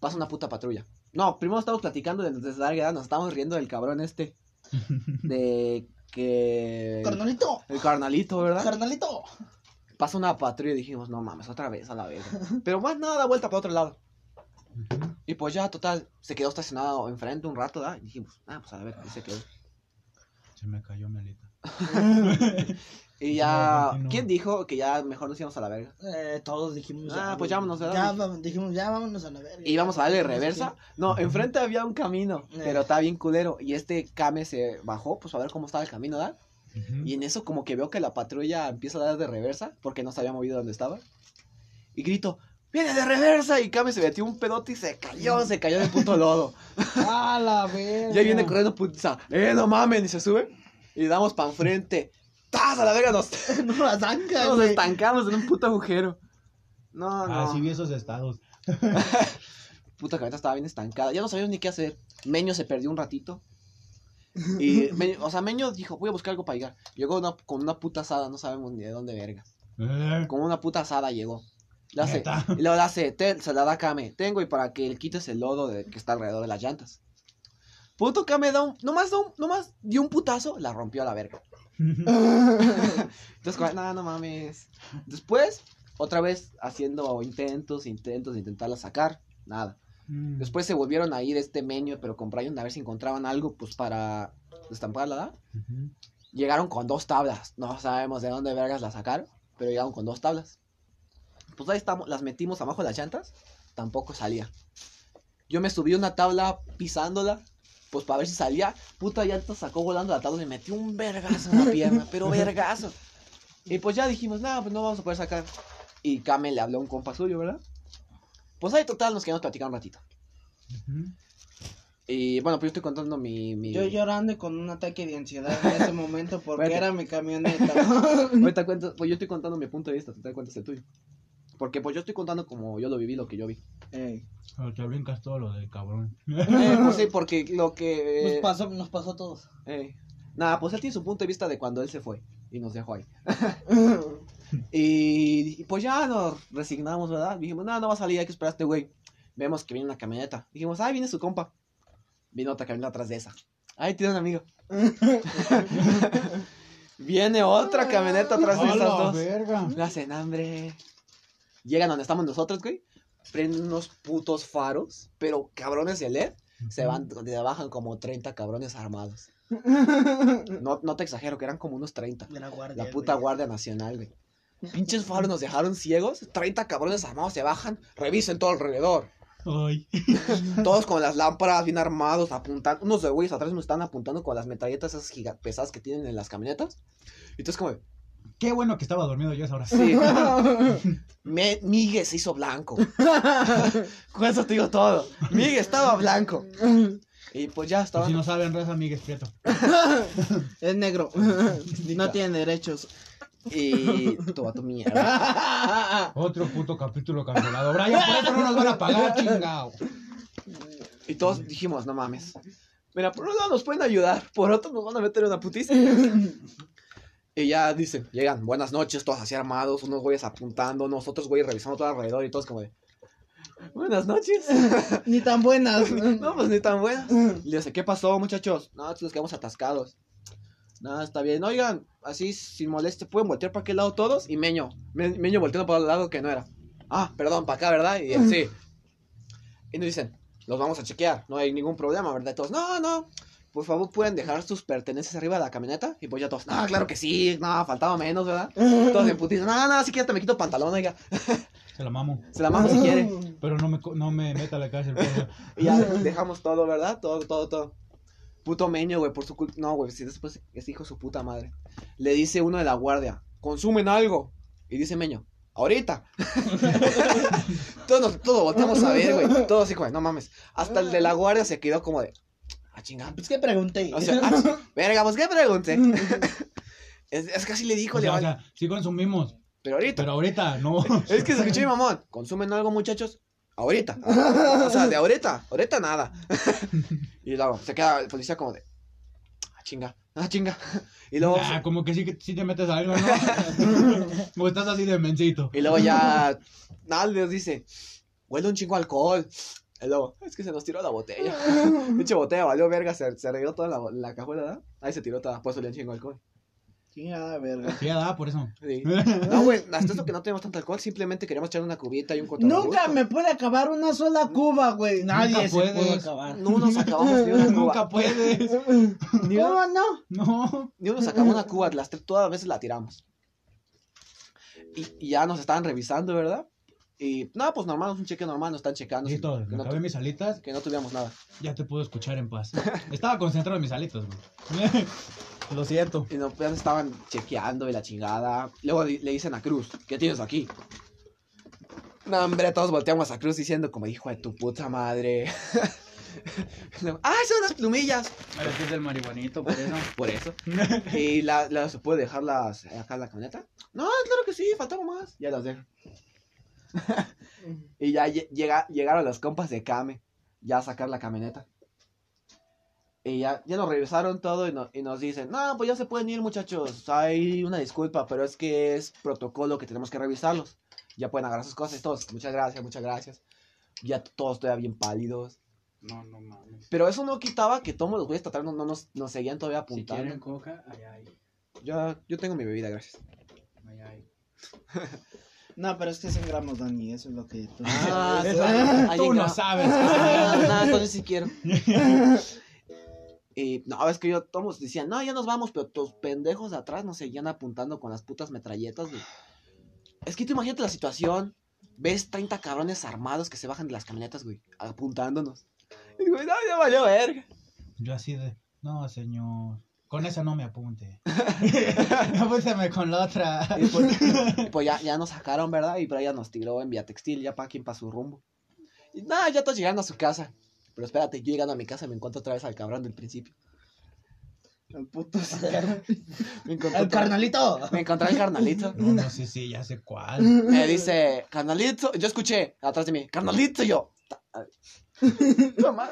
[SPEAKER 2] Pasa una puta patrulla. No, primero estábamos platicando de- desde la edad, nos estábamos riendo del cabrón este. De que.
[SPEAKER 1] Carnalito,
[SPEAKER 2] El carnalito, ¿verdad?
[SPEAKER 1] carnalito.
[SPEAKER 2] Pasa una patrulla y dijimos, no mames, otra vez a la vez. Pero más nada, da vuelta para otro lado.
[SPEAKER 5] Ujú.
[SPEAKER 2] Y pues ya, total, se quedó estacionado enfrente un rato, ¿verdad? Y dijimos, ah, pues a ver, y se quedó.
[SPEAKER 5] Se me cayó mi aleta.
[SPEAKER 2] Y ya,
[SPEAKER 5] Pues No, no.
[SPEAKER 2] ¿quién dijo que ya mejor nos íbamos a la verga?
[SPEAKER 1] Eh, todos dijimos.
[SPEAKER 2] Ah,
[SPEAKER 1] ya, güey.
[SPEAKER 2] pues vámonos, ¿verdad?
[SPEAKER 1] Ya, vamos, dijimos, ya vámonos a la verga.
[SPEAKER 2] Y íbamos a darle
[SPEAKER 1] No sé
[SPEAKER 2] reversa. No,
[SPEAKER 5] Ujú.
[SPEAKER 2] enfrente había un camino,
[SPEAKER 1] Eh.
[SPEAKER 2] pero estaba bien culero. Y este Kame se bajó, pues a ver cómo estaba el camino, ¿verdad?
[SPEAKER 5] Ujú.
[SPEAKER 2] Y en eso como que veo que la patrulla empieza a dar de reversa, porque no se había movido donde estaba. Y grito, ¡viene de reversa! Y Kame se metió un pedote y se cayó, se cayó de puto lodo.
[SPEAKER 1] quién. Ah, la verga.
[SPEAKER 2] Y ahí viene corriendo putiza, ¡eh, no mamen! Y se sube. Y damos pa' enfrente. ¡Tas! A la verga nos,
[SPEAKER 1] No la saca,
[SPEAKER 2] nos
[SPEAKER 1] güey.
[SPEAKER 2] estancamos en un puto agujero. No, no.
[SPEAKER 5] Ah, sí vi esos estados.
[SPEAKER 2] Puta camioneta estaba bien estancada. Ya no sabíamos ni qué hacer. Meño se perdió un ratito. Y, Meño- o sea, Meño dijo, voy a buscar algo para llegar. Llegó una- con una puta asada, no sabemos ni de dónde verga.
[SPEAKER 5] Eh,
[SPEAKER 2] Con una puta asada llegó. La hace,
[SPEAKER 5] Neta.
[SPEAKER 2] y luego la hace, "Te- se la da a Kame. Tengo y para que él quites el lodo de- que está alrededor de las llantas. Puto Kame da un, nomás, da un- nomás dio un putazo, la rompió a la verga. Entonces, como, no, no mames. Después, otra vez haciendo intentos, intentos, de intentarla sacar. Nada. Después se volvieron a ir este menio, pero con Brian a ver si encontraban algo, pues para estamparla, ¿da?
[SPEAKER 5] Ujú.
[SPEAKER 2] Llegaron con dos tablas. No sabemos de dónde vergas la sacaron, pero llegaron con dos tablas. Pues ahí estamos, las metimos abajo de las llantas. Tampoco salía. Yo me subí a una tabla pisándola, pues para ver si salía. Puta llanta sacó volando la tabla y me metió un vergazo en la pierna, pero vergazo. Y pues ya dijimos, nada, pues no vamos a poder sacar. Y Kame le habló a un compa suyo, ¿verdad? Pues ahí total nos quedamos platicando un ratito.
[SPEAKER 5] Ujú.
[SPEAKER 2] Y bueno, pues yo estoy contando mi. mi...
[SPEAKER 3] Yo llorando y con un ataque de ansiedad en ese momento porque
[SPEAKER 2] Espérate.
[SPEAKER 3] era mi camioneta.
[SPEAKER 2] Ahorita cuento- pues yo estoy contando mi punto de vista, tú te cuentas el tuyo. Porque pues yo estoy contando como yo lo viví, lo que yo vi.
[SPEAKER 3] Ey,
[SPEAKER 5] Pero te brincas todo lo del cabrón.
[SPEAKER 2] Eh, pues sí, porque lo que.
[SPEAKER 1] Nos
[SPEAKER 3] Pues,
[SPEAKER 1] pasó, nos pasó a todos.
[SPEAKER 2] eh, nada, pues él tiene su punto de vista de cuando él se fue y nos dejó ahí. y, y, pues ya nos resignamos, ¿verdad? Dijimos, no, no va a salir, hay que esperar a este güey. Vemos que viene una camioneta. Dijimos, ah, viene su compa. Vino otra camioneta atrás de esa. Ahí tiene un amigo. viene otra camioneta atrás de
[SPEAKER 5] ¡A
[SPEAKER 2] esas
[SPEAKER 5] la
[SPEAKER 2] dos.
[SPEAKER 5] verga!
[SPEAKER 2] Me hacen hambre. Llegan donde estamos nosotros, güey. Prenden unos putos faros, pero cabrones de LED. Se van, se bajan como 30 cabrones armados. No, no te exagero, que eran como unos 30.
[SPEAKER 1] De la guardia.
[SPEAKER 2] La puta
[SPEAKER 1] güey.
[SPEAKER 2] Guardia Nacional, güey. Pinches faros nos dejaron ciegos. 30 cabrones armados se bajan, revisen todo alrededor.
[SPEAKER 5] Ay.
[SPEAKER 2] Todos con las lámparas bien armados, apuntando. Unos de güeyes atrás nos están apuntando con las metralletas esas giga- pesadas que tienen en las camionetas. Y tú es como,
[SPEAKER 5] Qué bueno que estaba dormido yo a esa hora.
[SPEAKER 2] Sí. Me, Migue se hizo blanco. Con eso te digo todo. Migue estaba blanco. Y pues ya
[SPEAKER 5] Por
[SPEAKER 2] estaba.
[SPEAKER 5] Si no saben, raza, Miguel Prieto.
[SPEAKER 3] es negro. no tiene derechos.
[SPEAKER 2] Y tu vato mierda.
[SPEAKER 5] Otro puto capítulo cancelado. Brian, por eso no nos van a pagar, chingao.
[SPEAKER 2] Y todos dijimos, no mames. Mira, por un lado nos pueden ayudar, por otro nos van a meter en una putiza. Y ya dicen, llegan, buenas noches, todos así armados, unos güeyes apuntando, nosotros güeyes revisando todo alrededor y todos como de. Buenas noches.
[SPEAKER 3] Ni tan buenas.
[SPEAKER 2] No, pues ni tan buenas. Y le dice, ¿qué pasó, muchachos? No, pues nos quedamos atascados. Nada, está bien. Oigan, así sin molestia, ¿pueden voltear para aquel lado todos? Y Meño, Me- Meño volteando para el lado que no era. Ah, perdón, para acá, ¿verdad? Y él, sí. Y nos dicen, los vamos a chequear, no hay ningún problema, ¿verdad? Todos, no, no. Por favor, ¿pueden dejar sus pertenencias arriba de la camioneta? Y pues ya todos, no, claro que sí, no, faltaba menos, ¿verdad? Todos en putiza, no, no, si quieres te me quito el pantalón, oiga.
[SPEAKER 5] Se la mamo.
[SPEAKER 2] Se la mamo si quiere.
[SPEAKER 5] Pero no me, co- no me meta a la cárcel. por favor.
[SPEAKER 2] Y ya dejamos todo, ¿verdad? Todo, todo, todo. Puto meño, güey, por su culpa. No, güey, si después es hijo de su puta madre. Le dice uno de la guardia, consumen algo. Y dice meño, ahorita. todos, nos- todos volteamos a ver, güey. Todos así, güey, no mames. Hasta el de la guardia se quedó como de, ah, chingada.
[SPEAKER 1] Pues que pregunté.
[SPEAKER 2] O sea, ah, ch- verga, pues qué pregunté. es, es que así le dijo,
[SPEAKER 4] O
[SPEAKER 2] le
[SPEAKER 4] sea, o
[SPEAKER 2] vale.
[SPEAKER 4] sea, sí consumimos,
[SPEAKER 2] Pero ahorita.
[SPEAKER 4] pero ahorita no.
[SPEAKER 2] Es que se escuchó mi mamón. ¿Consumen algo, muchachos? Ahorita. O sea, de ahorita. Ahorita nada. Y luego se queda el policía como de. Ah, chinga. Ah, chinga. Y luego.
[SPEAKER 4] Ah, como que sí, que sí te metes a algo, ¿no? o estás así de mencito.
[SPEAKER 2] Y luego ya. Naldes dice. Huele un chingo a alcohol. Y luego. Es que se nos tiró la botella. Pinche botella valió verga. Se, se arregló toda la, la cajuela, ¿verdad? Ahí se tiró toda. Pues olía un chingo a alcohol.
[SPEAKER 3] Chingada verga.
[SPEAKER 4] Sí, ya da, por eso.
[SPEAKER 2] Sí. No, güey. Hasta eso que no tenemos tanto alcohol. Simplemente queríamos echar una cubita y un contragusto.
[SPEAKER 3] Nunca me pude acabar una sola cuba, güey.
[SPEAKER 4] Nunca
[SPEAKER 1] Nadie se
[SPEAKER 4] puedes.
[SPEAKER 1] puede acabar.
[SPEAKER 2] No nos acabamos ni una cuba.
[SPEAKER 4] Nunca puedes.
[SPEAKER 2] Ni una-
[SPEAKER 3] ¿Cómo no?
[SPEAKER 4] No.
[SPEAKER 2] Ni uno sacaba una cuba, las tres todas las veces la tiramos. Y, y ya nos estaban revisando, ¿verdad? Y nada, pues normal, es un cheque normal, nos están checando. si-
[SPEAKER 4] Listo,
[SPEAKER 2] que,
[SPEAKER 4] me
[SPEAKER 2] no,
[SPEAKER 4] acabé
[SPEAKER 2] tu-
[SPEAKER 4] mis alitas,
[SPEAKER 2] que no tuviéramos nada.
[SPEAKER 4] ya te puedo escuchar en paz. Estaba concentrado en mis alitas, güey. Lo siento.
[SPEAKER 2] Y nos pues, estaban chequeando y la chingada. Luego di- le dicen a Cruz, ¿qué tienes aquí? No, hombre, todos volteamos a Cruz diciendo, como hijo de tu puta madre. Luego, ¡Ah, son las plumillas!
[SPEAKER 5] Pero que es del marihuanito, por eso.
[SPEAKER 2] Por eso. ¿Y la, la- se puede dejar las, acá en la camioneta? No, claro que sí, faltaba más. Ya las dejo. y ya lle- llega, llegaron las compas de Kame. Ya a sacar la camioneta. Y ya, ya nos revisaron todo y, no- y nos dicen, no, pues ya se pueden ir muchachos. Hay una disculpa, pero es que es protocolo que tenemos que revisarlos. Ya pueden agarrar sus cosas todos. Muchas gracias, muchas gracias. Ya t- todos todavía bien pálidos.
[SPEAKER 5] No, no mames.
[SPEAKER 2] Pero eso no quitaba que todos los güeyes tratando no nos, nos seguían todavía
[SPEAKER 5] Si
[SPEAKER 2] apuntando.
[SPEAKER 5] quieren coca, allá hay.
[SPEAKER 2] Yo, yo tengo mi bebida, gracias.
[SPEAKER 5] Allá hay.
[SPEAKER 3] No, pero es que 100 gramos, Dani, eso es lo que tú...
[SPEAKER 2] Ah,
[SPEAKER 4] Eso,
[SPEAKER 2] ah,
[SPEAKER 4] tú
[SPEAKER 2] llega.
[SPEAKER 4] no sabes.
[SPEAKER 2] Ah, no, entonces sí quiero. Y no, es que yo, todos decían, no, ya nos vamos, pero tus pendejos de atrás nos seguían apuntando con las putas metralletas, güey. Es que tú imagínate la situación. Ves 30 cabrones armados que se bajan de las camionetas, güey, apuntándonos. Y digo, no, ya valió verga.
[SPEAKER 4] Yo así de, no, señor. Con esa no me apunte. Apúntame con la otra.
[SPEAKER 2] Y pues, y pues ya, ya nos sacaron, ¿verdad? Y Brian nos tiró en vía textil, ya para quien para su rumbo. Y nada, ya todos llegando a su casa. Pero espérate, yo llegando a mi casa me encuentro otra vez al cabrón del principio.
[SPEAKER 3] El puto
[SPEAKER 2] Me encontré
[SPEAKER 1] El
[SPEAKER 2] otra-
[SPEAKER 1] carnalito.
[SPEAKER 2] Me encontré al carnalito.
[SPEAKER 4] No, no, sí, sí, ya sé cuál.
[SPEAKER 2] Me dice, carnalito. Yo escuché atrás de mí, carnalito. y Yo, "Ta- ay". no ma-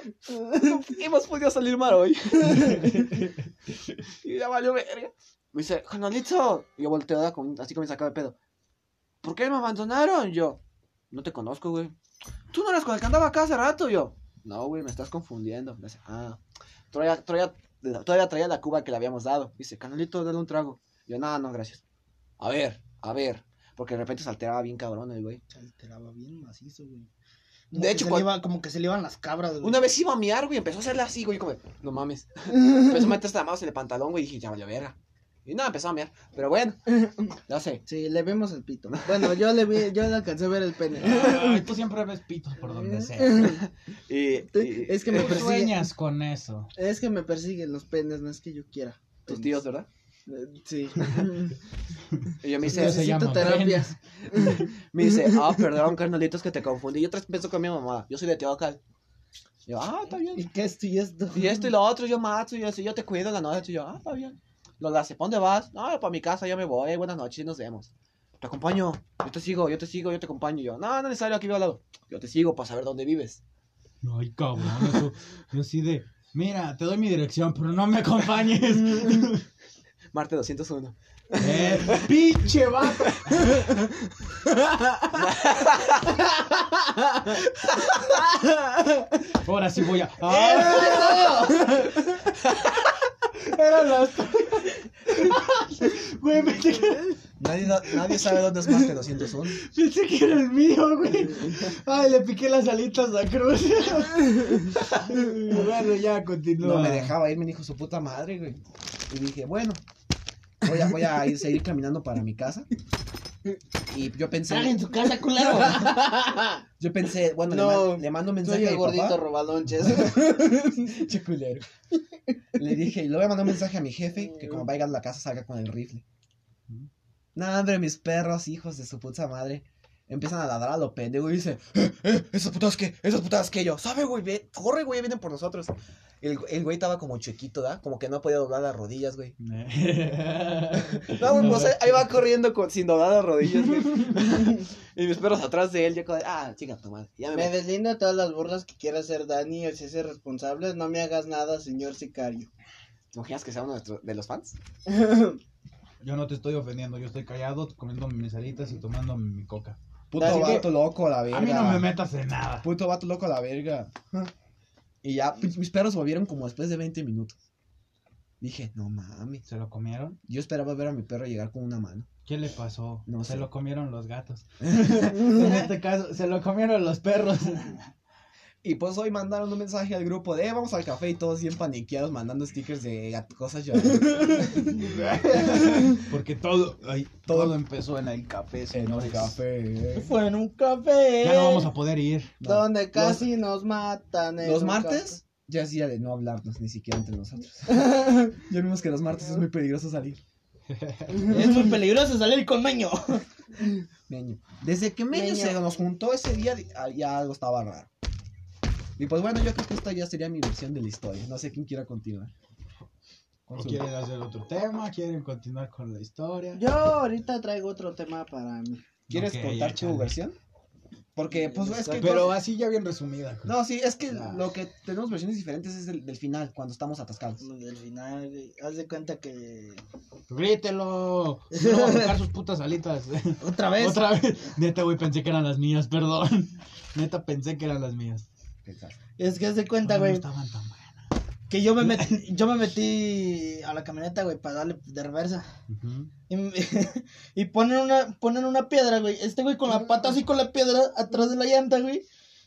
[SPEAKER 2] no hemos podido salir mal hoy. y ya valió verga. Me dice, carnalito. Y yo volteo da con- así con mi sacado de pedo. ¿Por qué me abandonaron? Yo, no te conozco, güey. Tú no eres con el que andaba acá hace rato. Yo, no, güey, me estás confundiendo. Me dice, ah, todavía, todavía, todavía traía la cuba que le habíamos dado. Dice, carnalito, dale un trago. Yo, no, no, gracias. A ver, a ver. Porque de repente se alteraba bien cabrón el güey.
[SPEAKER 1] Se alteraba bien macizo, güey.
[SPEAKER 2] De
[SPEAKER 1] como que se le
[SPEAKER 2] hecho, cuando-
[SPEAKER 1] iba- como que se le iban las cabras, güey.
[SPEAKER 2] Una vez iba a miar, güey, empezó a hacerle así, güey, como, no mames. empezó a meterse las manos en el pantalón, güey, y dije, ya valió verga. Y nada, empezó a miar. Pero bueno, no sé.
[SPEAKER 3] Sí, le vemos el pito. Bueno, yo le vi, yo le alcancé a ver el pene.
[SPEAKER 4] Ay, tú siempre ves pitos por donde sea.
[SPEAKER 2] Y, y-
[SPEAKER 3] Es que me
[SPEAKER 4] Tú
[SPEAKER 3] persigue.
[SPEAKER 4] sueñas con eso.
[SPEAKER 3] Es que me persiguen los penes, no es que yo quiera.
[SPEAKER 2] tus tíos, ¿verdad?
[SPEAKER 3] Eh, Sí.
[SPEAKER 2] Y yo me
[SPEAKER 4] Tus tíos se
[SPEAKER 2] dice,
[SPEAKER 3] Necesito
[SPEAKER 4] llaman
[SPEAKER 3] terapias.
[SPEAKER 2] me dice, ah, perdón, carnalitos, que te confundí. Yo transpenso con mi mamá, yo soy de Teocal. Y Yo, ah, está bien.
[SPEAKER 1] ¿Y qué es esto y esto?
[SPEAKER 2] Y esto y lo otro, yo mato, y así, yo te cuido en la noche. Y yo, ah, está bien. Lo hace, ¿pa' ¿dónde vas? No, para mi casa, ya me voy, buenas noches, nos vemos. Te acompaño, yo te sigo, yo te sigo, yo te acompaño. Y Yo, no, no es necesario, aquí vivo al lado. Yo te sigo para saber dónde vives.
[SPEAKER 4] Ay, cabrón, eso. Yo así de, mira, te doy mi dirección, pero no me acompañes.
[SPEAKER 2] Marte 201.
[SPEAKER 4] eh, pinche vato. Ahora sí voy a. ¡Ah! Eran las. Güey, pensé que,
[SPEAKER 2] Nadie, nadie sabe dónde es Marte 201.
[SPEAKER 4] pensé que era el mío, güey. Ay, le piqué las alitas a Cruz. bueno, ya continúa.
[SPEAKER 2] No, me dejaba ir, me dijo su puta madre, güey. Y dije, bueno, voy a, voy a ir, seguir caminando para mi casa. Y yo pensé,
[SPEAKER 1] en su casa, culero.
[SPEAKER 2] yo pensé, bueno, le,
[SPEAKER 3] No,
[SPEAKER 2] man- le mando un
[SPEAKER 3] Soy
[SPEAKER 2] mensaje a
[SPEAKER 3] el
[SPEAKER 2] mi
[SPEAKER 3] gordito
[SPEAKER 2] papá.
[SPEAKER 3] robalonches.
[SPEAKER 2] Che culero. Le dije, le voy a mandar un mensaje a mi jefe que cuando vaya a la casa salga con el rifle. No, hombre, mis perros, hijos de su puta madre. Empiezan a ladrar a lo pendejo y dicen, "Eh, eh, esas putas que, esas putas que yo. Sabe, güey, ve, corre, güey, vienen por nosotros. El, el güey estaba como chiquito, ¿da? Como que no podía doblar las rodillas, güey. No, güey, pues ahí va corriendo con, sin doblar las rodillas, güey. y mis perros atrás de él, yo como, de, ah, chinga tu madre. Ya me
[SPEAKER 3] Me
[SPEAKER 2] voy".
[SPEAKER 3] deslindo de todas las burlas que quiera hacer Dani, el cese responsable, no me hagas nada, señor sicario.
[SPEAKER 2] ¿Te imaginas que sea uno de, nuestro- de los fans?
[SPEAKER 4] Yo no te estoy ofendiendo, yo estoy callado comiendo mis alitas y tomando mi coca.
[SPEAKER 2] Puto
[SPEAKER 3] Así que-
[SPEAKER 2] vato loco, la verga.
[SPEAKER 4] A mí no me metas en nada.
[SPEAKER 2] Puto vato loco, la verga. Y ya, mis mis perros volvieron como después de 20 minutos. Dije, no mames.
[SPEAKER 4] ¿Se lo comieron?
[SPEAKER 2] Yo esperaba ver a mi perro llegar con una mano.
[SPEAKER 4] ¿Qué le pasó?
[SPEAKER 2] No
[SPEAKER 4] se
[SPEAKER 2] sé.
[SPEAKER 4] lo comieron los gatos. en este caso, se lo comieron los perros.
[SPEAKER 2] Y pues hoy mandaron un mensaje al grupo de "Eh, vamos al café y todos bien paniqueados mandando stickers de gat- cosas llorando.
[SPEAKER 4] Porque todo, ay,
[SPEAKER 2] Todo-
[SPEAKER 4] todo, empezó en el café,
[SPEAKER 2] En
[SPEAKER 4] señores.
[SPEAKER 2] el café. eh.
[SPEAKER 3] Fue en un café.
[SPEAKER 4] Ya no vamos a poder ir.
[SPEAKER 2] No.
[SPEAKER 3] Donde casi nos matan. eh, en
[SPEAKER 2] Los
[SPEAKER 3] un
[SPEAKER 2] martes ya es día de no hablarnos ni siquiera entre nosotros.
[SPEAKER 3] café.
[SPEAKER 2] Ya vimos que los martes es muy peligroso salir.
[SPEAKER 1] Es muy peligroso salir con meño.
[SPEAKER 2] Meño. Desde que Meño,
[SPEAKER 3] Meño.
[SPEAKER 2] se nos juntó ese día ah, ya algo estaba raro. Y pues bueno, yo creo que esta ya sería mi versión de la historia. No sé quién quiera continuar. Con
[SPEAKER 4] ¿O
[SPEAKER 2] su-
[SPEAKER 4] quieren hacer otro tema? ¿Quieren continuar con la historia?
[SPEAKER 3] Yo ahorita traigo otro tema para mí.
[SPEAKER 2] ¿Quieres
[SPEAKER 4] Ok,
[SPEAKER 2] contar
[SPEAKER 4] ya,
[SPEAKER 2] tu
[SPEAKER 4] chale.
[SPEAKER 2] versión? Porque pues es que
[SPEAKER 4] Pero así ya bien resumida. creo.
[SPEAKER 2] No, sí, es que
[SPEAKER 3] Ah.
[SPEAKER 2] lo que tenemos versiones diferentes es del, del final, cuando estamos atascados.
[SPEAKER 1] Lo del final, güey. haz de cuenta que.
[SPEAKER 4] Grítelo. No va a sacar sus putas alitas.
[SPEAKER 1] Otra vez.
[SPEAKER 4] Otra vez. Neta, güey, pensé que eran las mías, perdón. Neta, pensé que eran las mías.
[SPEAKER 1] Es que haz de
[SPEAKER 4] No,
[SPEAKER 1] cuenta,
[SPEAKER 4] no
[SPEAKER 1] güey.
[SPEAKER 4] estaban tan buenas.
[SPEAKER 1] Que yo me metí, yo me metí a la camioneta, güey, para darle de reversa.
[SPEAKER 4] Ujú.
[SPEAKER 1] Y, me- y ponen una, ponen una piedra, güey. Este güey con la pata así con la piedra atrás de la llanta, güey.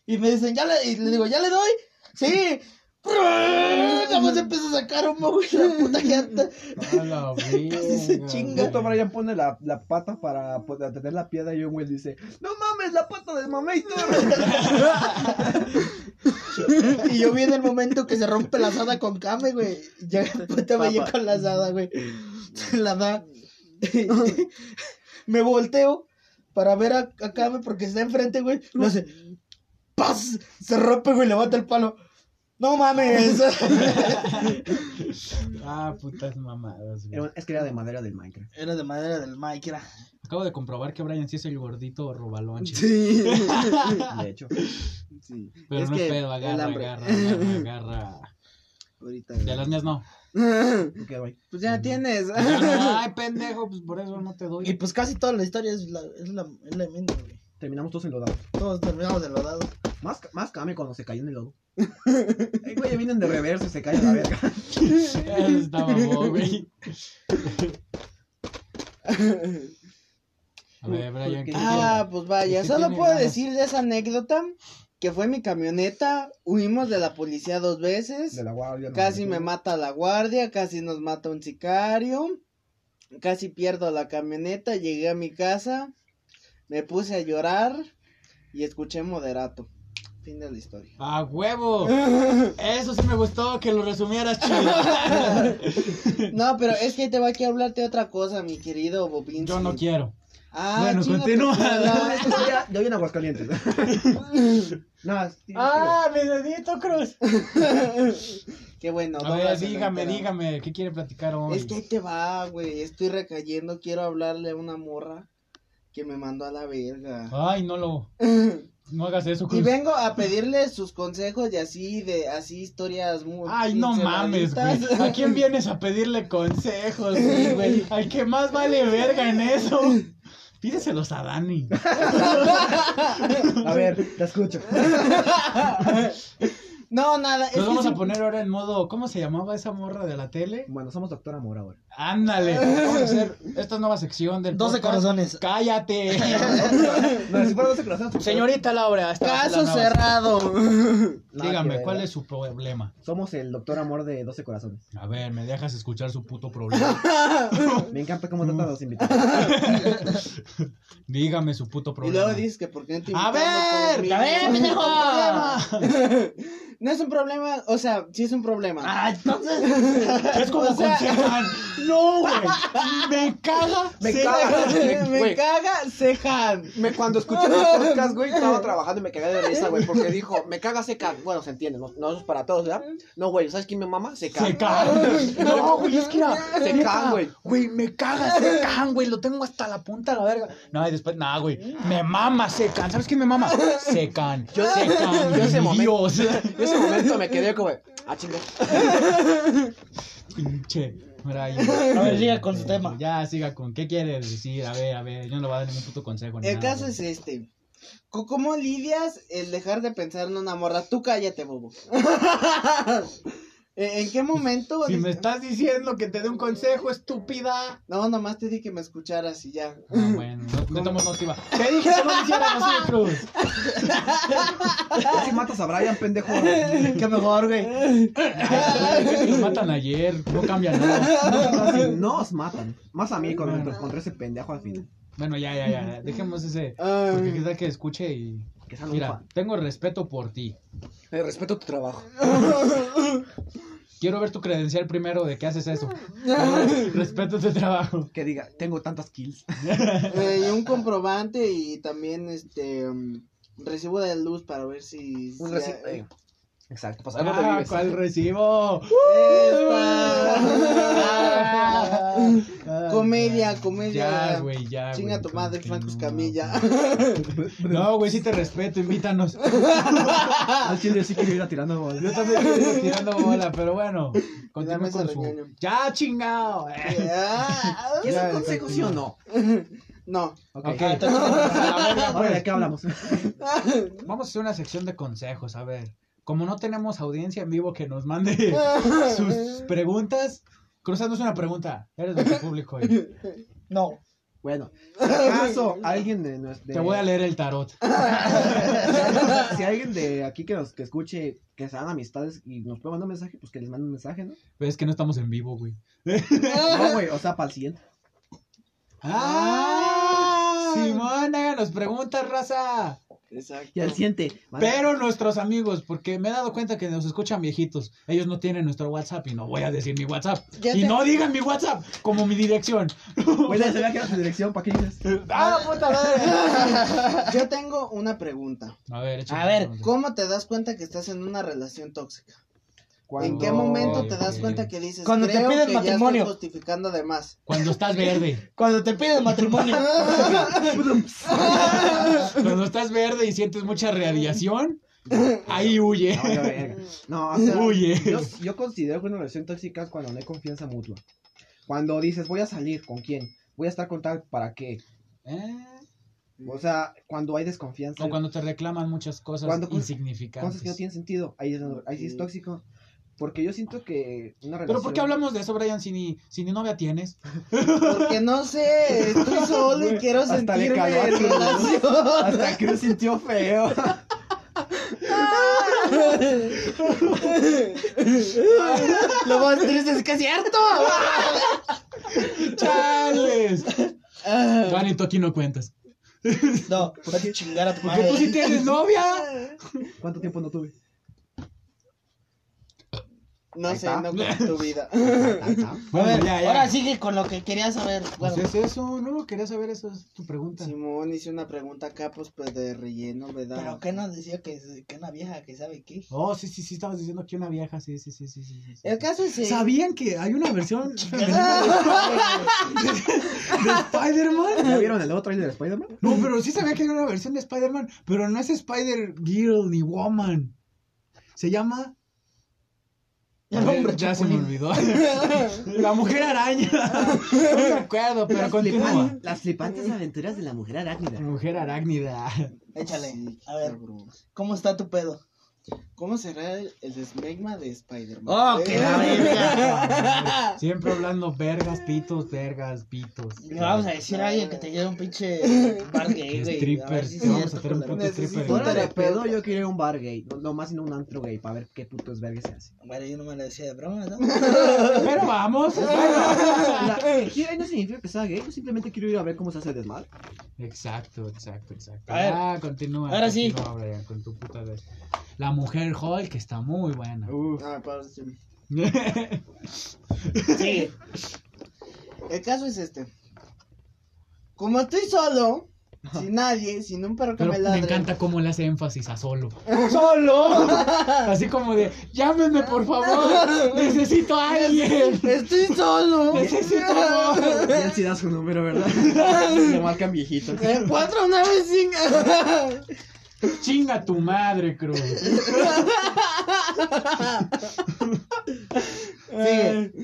[SPEAKER 1] Y me dicen, ya le, y le digo, ¿ya le doy? Sí. Nada más empieza a sacar humo, güey, la puta llanta.
[SPEAKER 4] A la verga,
[SPEAKER 1] se chinga.
[SPEAKER 4] güey.
[SPEAKER 2] Brian pone la, la pata para pues, detener la piedra y un güey dice, no mames, la pata del mamator.
[SPEAKER 1] Y yo vi en el momento que se rompe la asada con Kame, güey. Ya puta me
[SPEAKER 3] Papa.
[SPEAKER 1] con la asada, güey. Se la da. me volteo para ver a, a Kame porque está enfrente, güey. Lo hace. ¡Paz! Se rompe, güey. Levanta el palo. ¡No mames!
[SPEAKER 4] Ah, putas mamadas,
[SPEAKER 3] Eh,
[SPEAKER 4] güey.
[SPEAKER 2] es que era de madera del Minecraft.
[SPEAKER 1] Era de madera del Mike, era.
[SPEAKER 4] Acabo de comprobar que Brian sí es el gordito robalonche.
[SPEAKER 3] Sí.
[SPEAKER 2] De hecho,
[SPEAKER 3] sí.
[SPEAKER 4] Pero
[SPEAKER 3] es
[SPEAKER 4] no
[SPEAKER 3] que
[SPEAKER 4] es pedo,
[SPEAKER 3] el
[SPEAKER 4] agarra,
[SPEAKER 3] hambre.
[SPEAKER 4] agarra, agarra, agarra.
[SPEAKER 3] Ahorita.
[SPEAKER 4] De las mías no.
[SPEAKER 2] ok, güey.
[SPEAKER 3] Pues ya tienes.
[SPEAKER 4] Ay, pendejo, pues por eso no te
[SPEAKER 1] Y
[SPEAKER 4] doy.
[SPEAKER 1] pues casi toda la historia es la, es la, es la misma, güey.
[SPEAKER 2] Terminamos todos en lodado.
[SPEAKER 1] Todos terminamos de lo dado.
[SPEAKER 2] Más, más came cuando se cayó en el lodo. Ay, güey, vienen de reverso y se cae a la verga.
[SPEAKER 4] Eso está mamón, güey. A ver, Brian, ¿qué
[SPEAKER 3] Ah, pues vaya,
[SPEAKER 4] Sí
[SPEAKER 3] solo
[SPEAKER 4] tiene
[SPEAKER 3] puedo
[SPEAKER 4] ganas.
[SPEAKER 3] decir de esa anécdota que fue mi camioneta, huimos de la policía dos veces,
[SPEAKER 2] De la guardia. no,
[SPEAKER 3] casi
[SPEAKER 2] no,
[SPEAKER 3] me
[SPEAKER 2] no.
[SPEAKER 3] mata la guardia, casi nos mata un sicario, casi pierdo la camioneta, llegué a mi casa, me puse a llorar y escuché moderato. Fin de la historia.
[SPEAKER 4] ¡A huevo! Eso sí me gustó que lo resumieras, chido.
[SPEAKER 3] No, pero es que te va a hablarte otra cosa, mi querido Bobín.
[SPEAKER 4] Yo no quiero.
[SPEAKER 3] Ah,
[SPEAKER 4] Bueno,
[SPEAKER 3] chinga tu
[SPEAKER 4] continúa.
[SPEAKER 3] cola.
[SPEAKER 2] Ya, ya hoy en Aguascalientes. no, sí,
[SPEAKER 1] Ah,
[SPEAKER 4] mi dedito cruz!
[SPEAKER 3] Qué bueno.
[SPEAKER 4] A
[SPEAKER 3] Dora
[SPEAKER 4] ver,
[SPEAKER 3] se lo
[SPEAKER 4] dígame,
[SPEAKER 3] enteró.
[SPEAKER 4] dígame, ¿qué quiere platicar hoy?
[SPEAKER 3] Es que ahí te va, güey. Estoy recayendo. Quiero hablarle a una morra que me mandó a la verga.
[SPEAKER 4] Ay, no lo. Ah, No hagas eso,
[SPEAKER 3] Y
[SPEAKER 4] Cruz.
[SPEAKER 3] vengo a pedirle sus consejos y así, de así historias muy.
[SPEAKER 4] Ay, no mames, güey.
[SPEAKER 3] pinceladitas.
[SPEAKER 4] ¿A quién vienes a pedirle consejos, sí, güey? Al que más vale verga en eso. Pídeselos a Dani.
[SPEAKER 2] A ver, te escucho.
[SPEAKER 3] No, nada. es
[SPEAKER 4] Nos
[SPEAKER 3] que
[SPEAKER 4] vamos a
[SPEAKER 3] sí-
[SPEAKER 4] poner ahora en modo. ¿Cómo se llamaba esa morra de la tele?
[SPEAKER 2] Bueno, somos doctor amor ahora.
[SPEAKER 4] Ándale. Vamos a hacer esta nueva sección del.
[SPEAKER 1] 12
[SPEAKER 4] podcast.
[SPEAKER 1] corazones.
[SPEAKER 4] ¡Cállate!
[SPEAKER 2] No, si fuera 12 corazones. pues,
[SPEAKER 4] Señorita Laura, esta va a ser la
[SPEAKER 3] Caso
[SPEAKER 4] nueva
[SPEAKER 3] cerrado.
[SPEAKER 4] sección. Dígame, ¿cuál es su problema?
[SPEAKER 2] ¿eh? Somos el doctor amor de 12 corazones.
[SPEAKER 4] A ver, me dejas escuchar su puto problema.
[SPEAKER 2] Me encanta cómo tratan a los invitados.
[SPEAKER 4] Dígame su puto
[SPEAKER 3] Y
[SPEAKER 4] problema.
[SPEAKER 3] luego dices que por qué no te
[SPEAKER 4] A
[SPEAKER 3] invitamos
[SPEAKER 4] ver,
[SPEAKER 3] conmigo.
[SPEAKER 4] a ver, pendejo.
[SPEAKER 3] No es un problema, o sea, sí es un problema.
[SPEAKER 1] Ah, entonces.
[SPEAKER 4] Es como
[SPEAKER 3] O sea-
[SPEAKER 4] concentrar.
[SPEAKER 5] No, güey. Me caga.
[SPEAKER 2] Me
[SPEAKER 5] ser-
[SPEAKER 2] caga.
[SPEAKER 3] me
[SPEAKER 2] Güey.
[SPEAKER 3] caga Sehan.
[SPEAKER 2] Me, cuando escuché los podcast, güey, estaba trabajando y me cagué de risa, güey, porque dijo, me caga seca. Bueno, se entiende, no, no es para todos, ¿verdad? No, güey, ¿sabes quién me mama? Seca.
[SPEAKER 5] Se caga. No, güey, es que era.
[SPEAKER 2] Se
[SPEAKER 5] neta,
[SPEAKER 2] caga, güey.
[SPEAKER 5] Güey, me caga, se cagan, güey. Lo tengo hasta la punta de la verga. No, y después, nah, güey. Me mama, se can. ¿Sabes qué me mama? Se can. Yo se can.
[SPEAKER 2] yo ese
[SPEAKER 5] mi
[SPEAKER 2] momento-
[SPEAKER 5] Dios.
[SPEAKER 2] En ese momento me quedé como, ah, chinga.
[SPEAKER 5] Pinche. Eh, Mira, ahí.
[SPEAKER 1] A ver, siga con su tema.
[SPEAKER 4] Ya, siga con. ¿Qué quieres decir? A ver, a ver. Yo no le voy a dar ningún puto consejo. ni
[SPEAKER 3] El
[SPEAKER 4] nada,
[SPEAKER 3] caso
[SPEAKER 4] güey.
[SPEAKER 3] es este. Co- ¿Cómo lidias el dejar de pensar en una morra? Tú cállate, bobo. ¿En en qué momento?
[SPEAKER 4] Si me estás diciendo que te dé un consejo, estúpida.
[SPEAKER 3] No, nomás te di que me escucharas y ya.
[SPEAKER 4] No, Ah, bueno, no, no tomo motiva. Te dije que no lo hiciera nosotros.
[SPEAKER 2] Casi matas a Brian, pendejo.
[SPEAKER 1] Qué mejor, güey.
[SPEAKER 4] Ay, Lo matan ayer. No cambia nada.
[SPEAKER 2] No os matan. Más a mí contra, contra ese pendejo al final.
[SPEAKER 4] Bueno, ya, ya, ya. Dejemos ese. Porque
[SPEAKER 3] Ay.
[SPEAKER 4] quizá que escuche y.
[SPEAKER 2] Que salga un
[SPEAKER 4] Mira,
[SPEAKER 2] fan.
[SPEAKER 4] tengo respeto por ti.
[SPEAKER 2] Ah, Eh, respeto tu trabajo.
[SPEAKER 4] Quiero ver tu credencial primero de que haces eso. Pero Respeto tu trabajo.
[SPEAKER 2] Que diga, tengo tantas kills.
[SPEAKER 3] Eh, y un comprobante y también este um, recibo de luz para ver si,
[SPEAKER 2] Un
[SPEAKER 3] si-
[SPEAKER 2] reci- eh, Exacto, pues algo te
[SPEAKER 4] Ah,
[SPEAKER 2] vives.
[SPEAKER 4] ¿Cuál recibo? Ah.
[SPEAKER 3] Esta. Comedia, comedia.
[SPEAKER 4] Ya, güey, ya.
[SPEAKER 3] Chinga
[SPEAKER 4] güey,
[SPEAKER 3] tu
[SPEAKER 4] como
[SPEAKER 3] madre,
[SPEAKER 4] que
[SPEAKER 3] Franco
[SPEAKER 4] no.
[SPEAKER 3] Escamilla.
[SPEAKER 4] No, güey, sí te respeto, invítanos.
[SPEAKER 2] Al chile sí quiero ir a tirando bolas.
[SPEAKER 4] Yo también estoy tirando bola, pero bueno. Continúe
[SPEAKER 3] mesa
[SPEAKER 4] con
[SPEAKER 3] de ñoño.
[SPEAKER 4] su. ¡Ya, chingado! Eh.
[SPEAKER 3] Ah,
[SPEAKER 2] ¿Es
[SPEAKER 4] Ya,
[SPEAKER 2] un consejo sí o no?
[SPEAKER 3] no.
[SPEAKER 4] Ok.
[SPEAKER 2] Ah, entonces- Ahora, ¿de qué hablamos?
[SPEAKER 4] Vamos a hacer una sección de consejos, a ver. Como no tenemos audiencia en vivo que nos mande sus preguntas, cruzando es una pregunta. Eres nuestro público. hoy.
[SPEAKER 1] No.
[SPEAKER 2] Bueno, si acaso alguien de nues- de-
[SPEAKER 4] Te voy a leer el tarot.
[SPEAKER 2] si alguien de aquí que nos que escuche, que sean amistades y nos puede mandar un mensaje, pues que les mande un mensaje, ¿no?
[SPEAKER 4] Pero es que no estamos en vivo, güey.
[SPEAKER 2] No, güey, o sea, para el siguiente.
[SPEAKER 4] ¡Ah! Simón, háganos preguntas, raza.
[SPEAKER 3] Exacto.
[SPEAKER 2] Y al siguiente. manda-
[SPEAKER 4] Pero nuestros amigos, porque me he dado cuenta que nos escuchan viejitos. Ellos no tienen nuestro WhatsApp y no voy a decir mi WhatsApp.
[SPEAKER 3] Ya
[SPEAKER 4] y
[SPEAKER 3] te-
[SPEAKER 4] no digan mi WhatsApp como mi dirección.
[SPEAKER 2] Güey, ya sabía que era su dirección, ¿para qué dices?
[SPEAKER 4] ¡Ah, puta madre!
[SPEAKER 3] Yo tengo una pregunta.
[SPEAKER 4] A ver, échale
[SPEAKER 1] A ver,
[SPEAKER 4] pregunta.
[SPEAKER 3] ¿Cómo te das cuenta que estás en una relación tóxica? ¿En
[SPEAKER 2] Cuando-
[SPEAKER 3] qué momento te das
[SPEAKER 4] ok.
[SPEAKER 3] cuenta que dices
[SPEAKER 1] Cuando te
[SPEAKER 3] "Creo
[SPEAKER 1] piden
[SPEAKER 3] que ya estoy
[SPEAKER 1] matrimonio".
[SPEAKER 3] justificando de más?
[SPEAKER 4] Cuando estás verde.
[SPEAKER 1] Cuando te piden matrimonio.
[SPEAKER 4] Cuando estás verde y sientes mucha radiación, ahí huye.
[SPEAKER 2] No, yo, verga.
[SPEAKER 1] Mm.
[SPEAKER 2] No, o sea,
[SPEAKER 4] Huye.
[SPEAKER 2] yo, yo considero que una relación tóxica es cuando no hay confianza mutua. Cuando dices, voy a salir, ¿con quién? Voy a estar con tal, ¿para qué?
[SPEAKER 4] Eh,
[SPEAKER 2] O sea, cuando hay desconfianza.
[SPEAKER 4] O cuando te reclaman muchas cosas
[SPEAKER 2] Cuando cosas-
[SPEAKER 4] insignificantes.
[SPEAKER 2] Cosas que no tienen sentido, ahí, es, ahí sí es tóxico. Porque yo siento que una relación...
[SPEAKER 4] Pero ¿por qué hablamos de eso, Brian, si ni, si ni novia tienes?
[SPEAKER 3] Porque no sé, estoy solo y
[SPEAKER 2] Güey,
[SPEAKER 3] quiero
[SPEAKER 2] hasta le
[SPEAKER 3] sentirme
[SPEAKER 2] caló a
[SPEAKER 3] en
[SPEAKER 2] tu-
[SPEAKER 3] relación.
[SPEAKER 2] Hasta que lo sintió feo.
[SPEAKER 1] Lo más triste es que es cierto.
[SPEAKER 4] ¡Chales!
[SPEAKER 3] Ah,
[SPEAKER 4] Dani, tú aquí no cuentas.
[SPEAKER 1] No, vete a chingar a tu
[SPEAKER 4] Porque tú sí
[SPEAKER 1] madre.
[SPEAKER 4] tienes novia.
[SPEAKER 2] ¿Cuánto tiempo no tuve?
[SPEAKER 3] no
[SPEAKER 2] Ahí
[SPEAKER 3] sé,
[SPEAKER 2] está.
[SPEAKER 3] no con tu vida.
[SPEAKER 1] Ah, A ver,
[SPEAKER 4] ya, ya.
[SPEAKER 1] ahora sigue con lo que quería saber.
[SPEAKER 4] Pues
[SPEAKER 1] Bueno,
[SPEAKER 4] es eso, no, quería saber eso, es tu pregunta.
[SPEAKER 3] Simón hice una pregunta acá, pues, pues de relleno, ¿verdad?
[SPEAKER 1] pero ¿qué nos decía que, que una vieja que sabe qué?
[SPEAKER 4] Oh, sí, sí, sí, estabas diciendo que una vieja, sí, sí, sí, sí, sí. sí, sí.
[SPEAKER 3] El caso es que
[SPEAKER 4] ¿Sabían que hay una versión femenina de Spider-Man?
[SPEAKER 2] ¿Ya vieron el nuevo trailer de Spider-Man?
[SPEAKER 4] No, pero sí sabía que hay una versión de Spider-Man, pero no es Spider-Girl ni Woman. Se llama...
[SPEAKER 1] El hombre
[SPEAKER 4] ya se me
[SPEAKER 1] chapulín.
[SPEAKER 4] olvidó. La mujer araña. No me acuerdo, pero continúa.
[SPEAKER 2] Las flipantes aventuras de la mujer arácnida.
[SPEAKER 4] Mujer arácnida.
[SPEAKER 1] Échale,
[SPEAKER 3] Sí,
[SPEAKER 1] a ver.
[SPEAKER 3] cabrón.
[SPEAKER 1] ¿Cómo está tu pedo?
[SPEAKER 3] ¿Cómo será el, el desmegma de Spider-Man? Eh.
[SPEAKER 1] Oh, que la verga.
[SPEAKER 4] Siempre hablando vergas, pitos, vergas, pitos.
[SPEAKER 1] Le vamos a decir a alguien que te lleve un pinche bar gay,
[SPEAKER 4] Que
[SPEAKER 1] güey. A ver
[SPEAKER 4] strippers,
[SPEAKER 1] si es
[SPEAKER 4] que vamos a
[SPEAKER 1] cierto,
[SPEAKER 4] tener un
[SPEAKER 1] culero.
[SPEAKER 4] puto
[SPEAKER 3] Necesito
[SPEAKER 4] stripper.
[SPEAKER 2] Fuera de
[SPEAKER 3] Terapeuta.
[SPEAKER 2] pedo, yo quiero ir a un bar gay. No, no más en un antro gay, para ver qué putos vergas se hace.
[SPEAKER 1] Bueno, yo no me lo decía de broma, ¿no?
[SPEAKER 4] Pero vamos.
[SPEAKER 2] La- que quiera no significa que sea gay, yo simplemente quiero ir a ver cómo se hace el desmadre.
[SPEAKER 4] Exacto, exacto, exacto.
[SPEAKER 1] A ver.
[SPEAKER 4] Ah, continúa.
[SPEAKER 1] Ahora sí.
[SPEAKER 4] continúa, Brian, con tu puta vez. La mujer Hulk que está
[SPEAKER 1] Uh.
[SPEAKER 4] muy buena.
[SPEAKER 3] Ah, para- sí.
[SPEAKER 1] Sí.
[SPEAKER 3] El caso es este. Como estoy solo, sin nadie, sin un perro que
[SPEAKER 4] Pero
[SPEAKER 3] me
[SPEAKER 4] me
[SPEAKER 3] ladre.
[SPEAKER 4] encanta cómo le hace énfasis a solo.
[SPEAKER 5] ¡Solo!
[SPEAKER 4] Así como de, llámenme por favor, necesito a alguien.
[SPEAKER 3] Estoy solo.
[SPEAKER 4] Necesito amor.
[SPEAKER 2] Ya sí da su número, ¿verdad? Le marcan viejito.
[SPEAKER 3] Eh, 495.
[SPEAKER 4] Chinga tu madre, Cruz.
[SPEAKER 3] Sigue.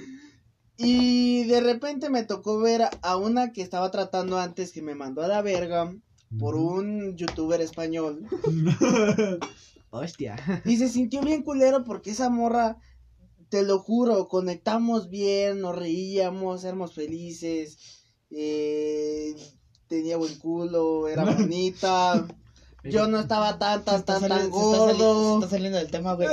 [SPEAKER 3] Y de repente me tocó ver a una que estaba tratando antes que me mandó a la verga por un youtuber español.
[SPEAKER 2] Hostia.
[SPEAKER 3] Y se sintió bien culero porque esa morra, te lo juro, conectamos bien, nos reíamos, éramos felices, eh, tenía buen culo, era bonita. Yo no estaba tan, tan,
[SPEAKER 1] Está
[SPEAKER 3] tan, tan
[SPEAKER 1] saliendo- se está sali- se
[SPEAKER 3] gordo.
[SPEAKER 1] está saliendo del tema, güey.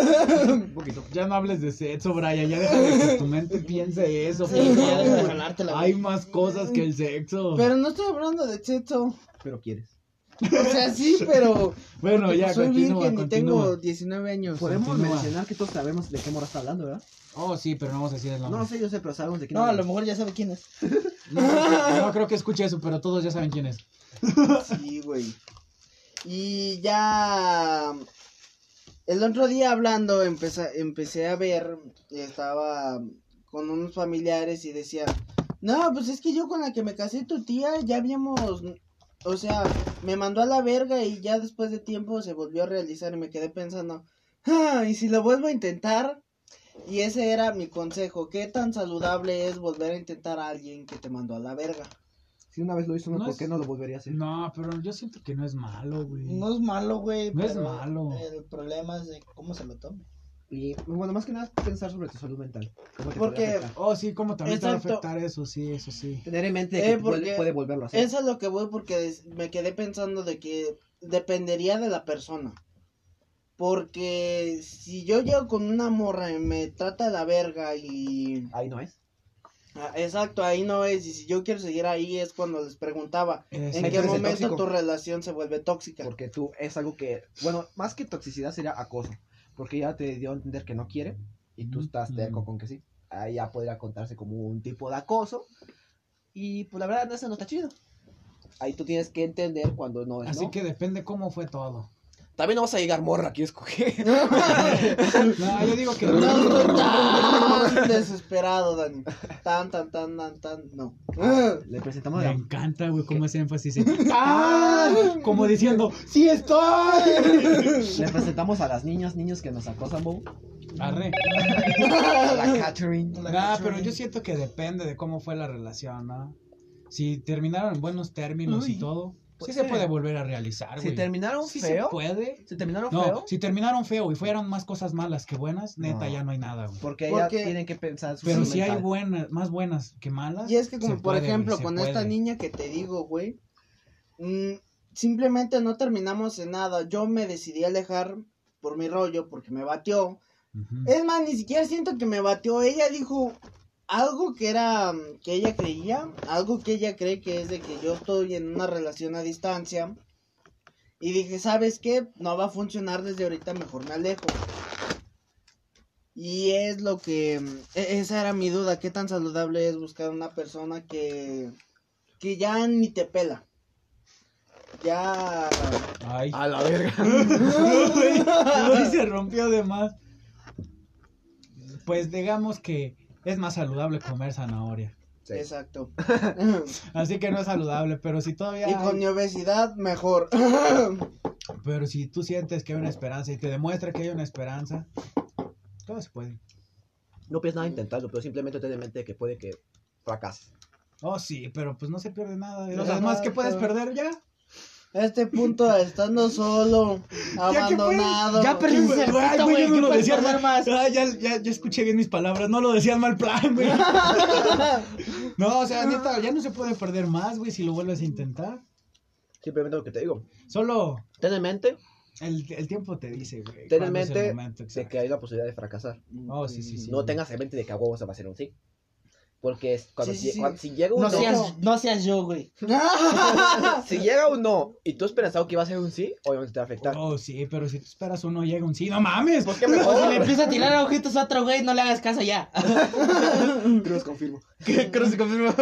[SPEAKER 4] Un poquito. Ya no hables de sexo, Brian. Ya deja de que tu mente piense eso. por
[SPEAKER 1] Sí, ya deja de
[SPEAKER 4] favor.
[SPEAKER 1] jalártela, güey.
[SPEAKER 4] Hay más cosas que el sexo.
[SPEAKER 3] Pero no estoy hablando de sexo.
[SPEAKER 2] Pero quieres.
[SPEAKER 3] O sea, sí, pero
[SPEAKER 4] bueno, ya,
[SPEAKER 3] soy
[SPEAKER 4] continúa,
[SPEAKER 3] virgen y
[SPEAKER 4] continúa.
[SPEAKER 3] tengo 19 años. ¿eh?
[SPEAKER 2] Podemos
[SPEAKER 4] Continúa.
[SPEAKER 2] mencionar que todos sabemos de qué morra está hablando, ¿verdad?
[SPEAKER 4] Oh, sí, pero no vamos a decir el
[SPEAKER 2] No,
[SPEAKER 4] nombre.
[SPEAKER 2] sé, yo sé, pero sabemos de qué
[SPEAKER 1] No, a
[SPEAKER 2] habla.
[SPEAKER 1] lo mejor ya sabe quién es.
[SPEAKER 4] No, creo que- no creo que escuche eso, pero todos ya saben quién es.
[SPEAKER 3] Sí, güey. Y ya. El otro día hablando, empecé, empecé a ver, estaba con unos familiares y decía, no, pues es que yo con la que me casé tu tía, ya habíamos, o sea, me mandó a la verga y ya después de tiempo se volvió a realizar y me quedé pensando, "Ah, y si lo vuelvo a intentar, y ese era mi consejo, ¿qué tan saludable es volver a intentar a alguien que te mandó a la verga?
[SPEAKER 2] Si una vez lo hizo, no,
[SPEAKER 4] No
[SPEAKER 2] ¿por
[SPEAKER 4] es-
[SPEAKER 2] qué no lo volvería a hacer?
[SPEAKER 4] No, pero yo siento que no es malo, güey.
[SPEAKER 1] No es malo, güey.
[SPEAKER 4] No es
[SPEAKER 1] pero
[SPEAKER 4] malo.
[SPEAKER 1] El problema es de cómo se lo tome.
[SPEAKER 2] Y bueno, más que nada pensar sobre tu salud mental. ¿Cómo te
[SPEAKER 3] Porque-
[SPEAKER 2] puede afectar?
[SPEAKER 4] Oh, sí, como también te va a
[SPEAKER 3] Exacto.
[SPEAKER 4] afectar eso, sí, eso sí.
[SPEAKER 2] Tener en mente
[SPEAKER 3] Eh,
[SPEAKER 2] que
[SPEAKER 3] porque-
[SPEAKER 2] puede, puede volverlo a hacer.
[SPEAKER 3] Eso es lo que voy porque des- me quedé pensando de que dependería de la persona. Porque si yo llego con una morra y me trata de la verga y...
[SPEAKER 2] Ahí no es.
[SPEAKER 3] Ah, Exacto, ahí no es. Y si yo quiero seguir ahí es cuando les preguntaba.
[SPEAKER 4] Es-
[SPEAKER 3] ¿En
[SPEAKER 2] Ahí
[SPEAKER 3] qué
[SPEAKER 2] parece
[SPEAKER 3] momento
[SPEAKER 2] tóxico.
[SPEAKER 3] tu relación se vuelve tóxica?
[SPEAKER 2] Porque tú es algo que, bueno, más que toxicidad sería acoso. Porque ya te dio a entender que no quiere y tú
[SPEAKER 4] Mm,
[SPEAKER 2] estás terco
[SPEAKER 4] mm.
[SPEAKER 2] con que sí. Ahí ya podría contarse como un tipo de acoso. Y pues la verdad, eso no está chido. Ahí tú tienes que entender cuando no es.
[SPEAKER 4] Así
[SPEAKER 2] no.
[SPEAKER 4] que depende cómo fue todo.
[SPEAKER 2] También no vas a llegar morra aquí a escoger.
[SPEAKER 4] No, yo digo que
[SPEAKER 3] No estoy tan desesperado, Dani. Tan, tan, tan, tan, tan. No.
[SPEAKER 2] Le presentamos
[SPEAKER 4] Me
[SPEAKER 2] a la-
[SPEAKER 4] encanta, güey, cómo hace énfasis en... ¡Ah! Como diciendo, ¡Sí estoy!
[SPEAKER 2] le presentamos a las niñas, niños que nos acosan, Bobo.
[SPEAKER 4] Arre.
[SPEAKER 2] A la Catherine.
[SPEAKER 4] Nah, pero yo siento que depende de cómo fue la relación, ¿no? Si terminaron en buenos términos y
[SPEAKER 2] Uy,
[SPEAKER 4] todo, sí
[SPEAKER 2] pues
[SPEAKER 4] se
[SPEAKER 2] sí.
[SPEAKER 4] puede volver a realizar, Ah, güey.
[SPEAKER 2] Si terminaron
[SPEAKER 4] Sí se
[SPEAKER 2] feo.
[SPEAKER 4] puede.
[SPEAKER 2] Si terminaron
[SPEAKER 4] No,
[SPEAKER 2] feo.
[SPEAKER 4] si terminaron feo y fueron más cosas malas que buenas, neta,
[SPEAKER 2] No.
[SPEAKER 4] ya no hay nada, güey.
[SPEAKER 2] Porque, ya
[SPEAKER 3] Porque-
[SPEAKER 2] tienen que pensar su
[SPEAKER 4] Pero
[SPEAKER 2] salud
[SPEAKER 4] si hay
[SPEAKER 2] mental.
[SPEAKER 4] buenas, más buenas que malas.
[SPEAKER 3] Y es que como
[SPEAKER 4] se
[SPEAKER 3] por
[SPEAKER 4] puede,
[SPEAKER 3] ejemplo
[SPEAKER 4] güey, se
[SPEAKER 3] con esta
[SPEAKER 4] puede.
[SPEAKER 3] niña que te digo, güey, mm, simplemente no terminamos en nada. Yo me decidí alejar por mi rollo porque me batió.
[SPEAKER 4] Ujú.
[SPEAKER 3] Es más, ni siquiera siento que me batió. Ella dijo algo que era mm, que ella creía, algo que ella cree que es de que yo estoy en una relación a distancia. Y dije, ¿sabes qué? No va a funcionar desde ahorita, mejor me alejo. Y es lo que... mm, e- Esa era mi duda, ¿qué tan saludable es buscar una persona que... que ya ni te pela? Ya...
[SPEAKER 4] Ay,
[SPEAKER 2] A la verga.
[SPEAKER 4] Ay, se rompió de más. Pues digamos que es más saludable comer zanahoria.
[SPEAKER 2] Sí.
[SPEAKER 3] Exacto.
[SPEAKER 4] Así que no es saludable, pero si todavía...
[SPEAKER 3] y
[SPEAKER 4] hay-
[SPEAKER 3] con mi obesidad, mejor.
[SPEAKER 4] Pero si tú sientes que hay una esperanza y te demuestra que hay una esperanza, todo se puede.
[SPEAKER 2] No piensas nada intentarlo, pero simplemente ten en mente que puede que fracases.
[SPEAKER 4] Oh, sí, pero pues no se pierde nada.
[SPEAKER 3] No,
[SPEAKER 4] O sea, más que
[SPEAKER 3] no,
[SPEAKER 4] puedes
[SPEAKER 3] no.
[SPEAKER 4] perder ya.
[SPEAKER 3] A este punto, estando solo, abandonado.
[SPEAKER 1] Ya perdí el
[SPEAKER 4] Ay, güey,
[SPEAKER 1] cerquito,
[SPEAKER 4] yo
[SPEAKER 1] güey.
[SPEAKER 4] no
[SPEAKER 1] ¿Qué
[SPEAKER 4] lo
[SPEAKER 1] puedes
[SPEAKER 4] decía
[SPEAKER 1] perder más?
[SPEAKER 4] Ah, ya, ya, ya escuché bien mis palabras. No lo decían mal plan, güey. No, o sea, neta, ya no se puede perder más, güey, si lo vuelves a intentar.
[SPEAKER 2] Simplemente lo que te digo.
[SPEAKER 4] Solo
[SPEAKER 2] Ten en mente,
[SPEAKER 4] el, el tiempo te dice, güey.
[SPEAKER 2] ten en
[SPEAKER 4] cuándo es el
[SPEAKER 2] mente
[SPEAKER 4] momento
[SPEAKER 2] de
[SPEAKER 4] exacto.
[SPEAKER 2] que hay la posibilidad de fracasar.
[SPEAKER 4] Oh, sí, sí, sí.
[SPEAKER 2] No tengas en mente de que a huevo se va a hacer un sí. Porque es cuando,
[SPEAKER 3] Sí,
[SPEAKER 2] si,
[SPEAKER 3] sí, sí.
[SPEAKER 2] cuando- si llega un
[SPEAKER 1] No
[SPEAKER 2] no,
[SPEAKER 1] seas, no seas yo, güey.
[SPEAKER 2] si llega un no y tú has pensado que iba a ser un sí, obviamente te va a afectar.
[SPEAKER 4] Oh, sí, pero si tú esperas uno, llega un sí. ¡No mames!
[SPEAKER 2] Pues qué
[SPEAKER 1] O si le
[SPEAKER 2] mejor.
[SPEAKER 1] empieza a tirar ojitos a otro güey, no le hagas caso ya.
[SPEAKER 2] Cruz confirmo.
[SPEAKER 1] Cruz confirmó.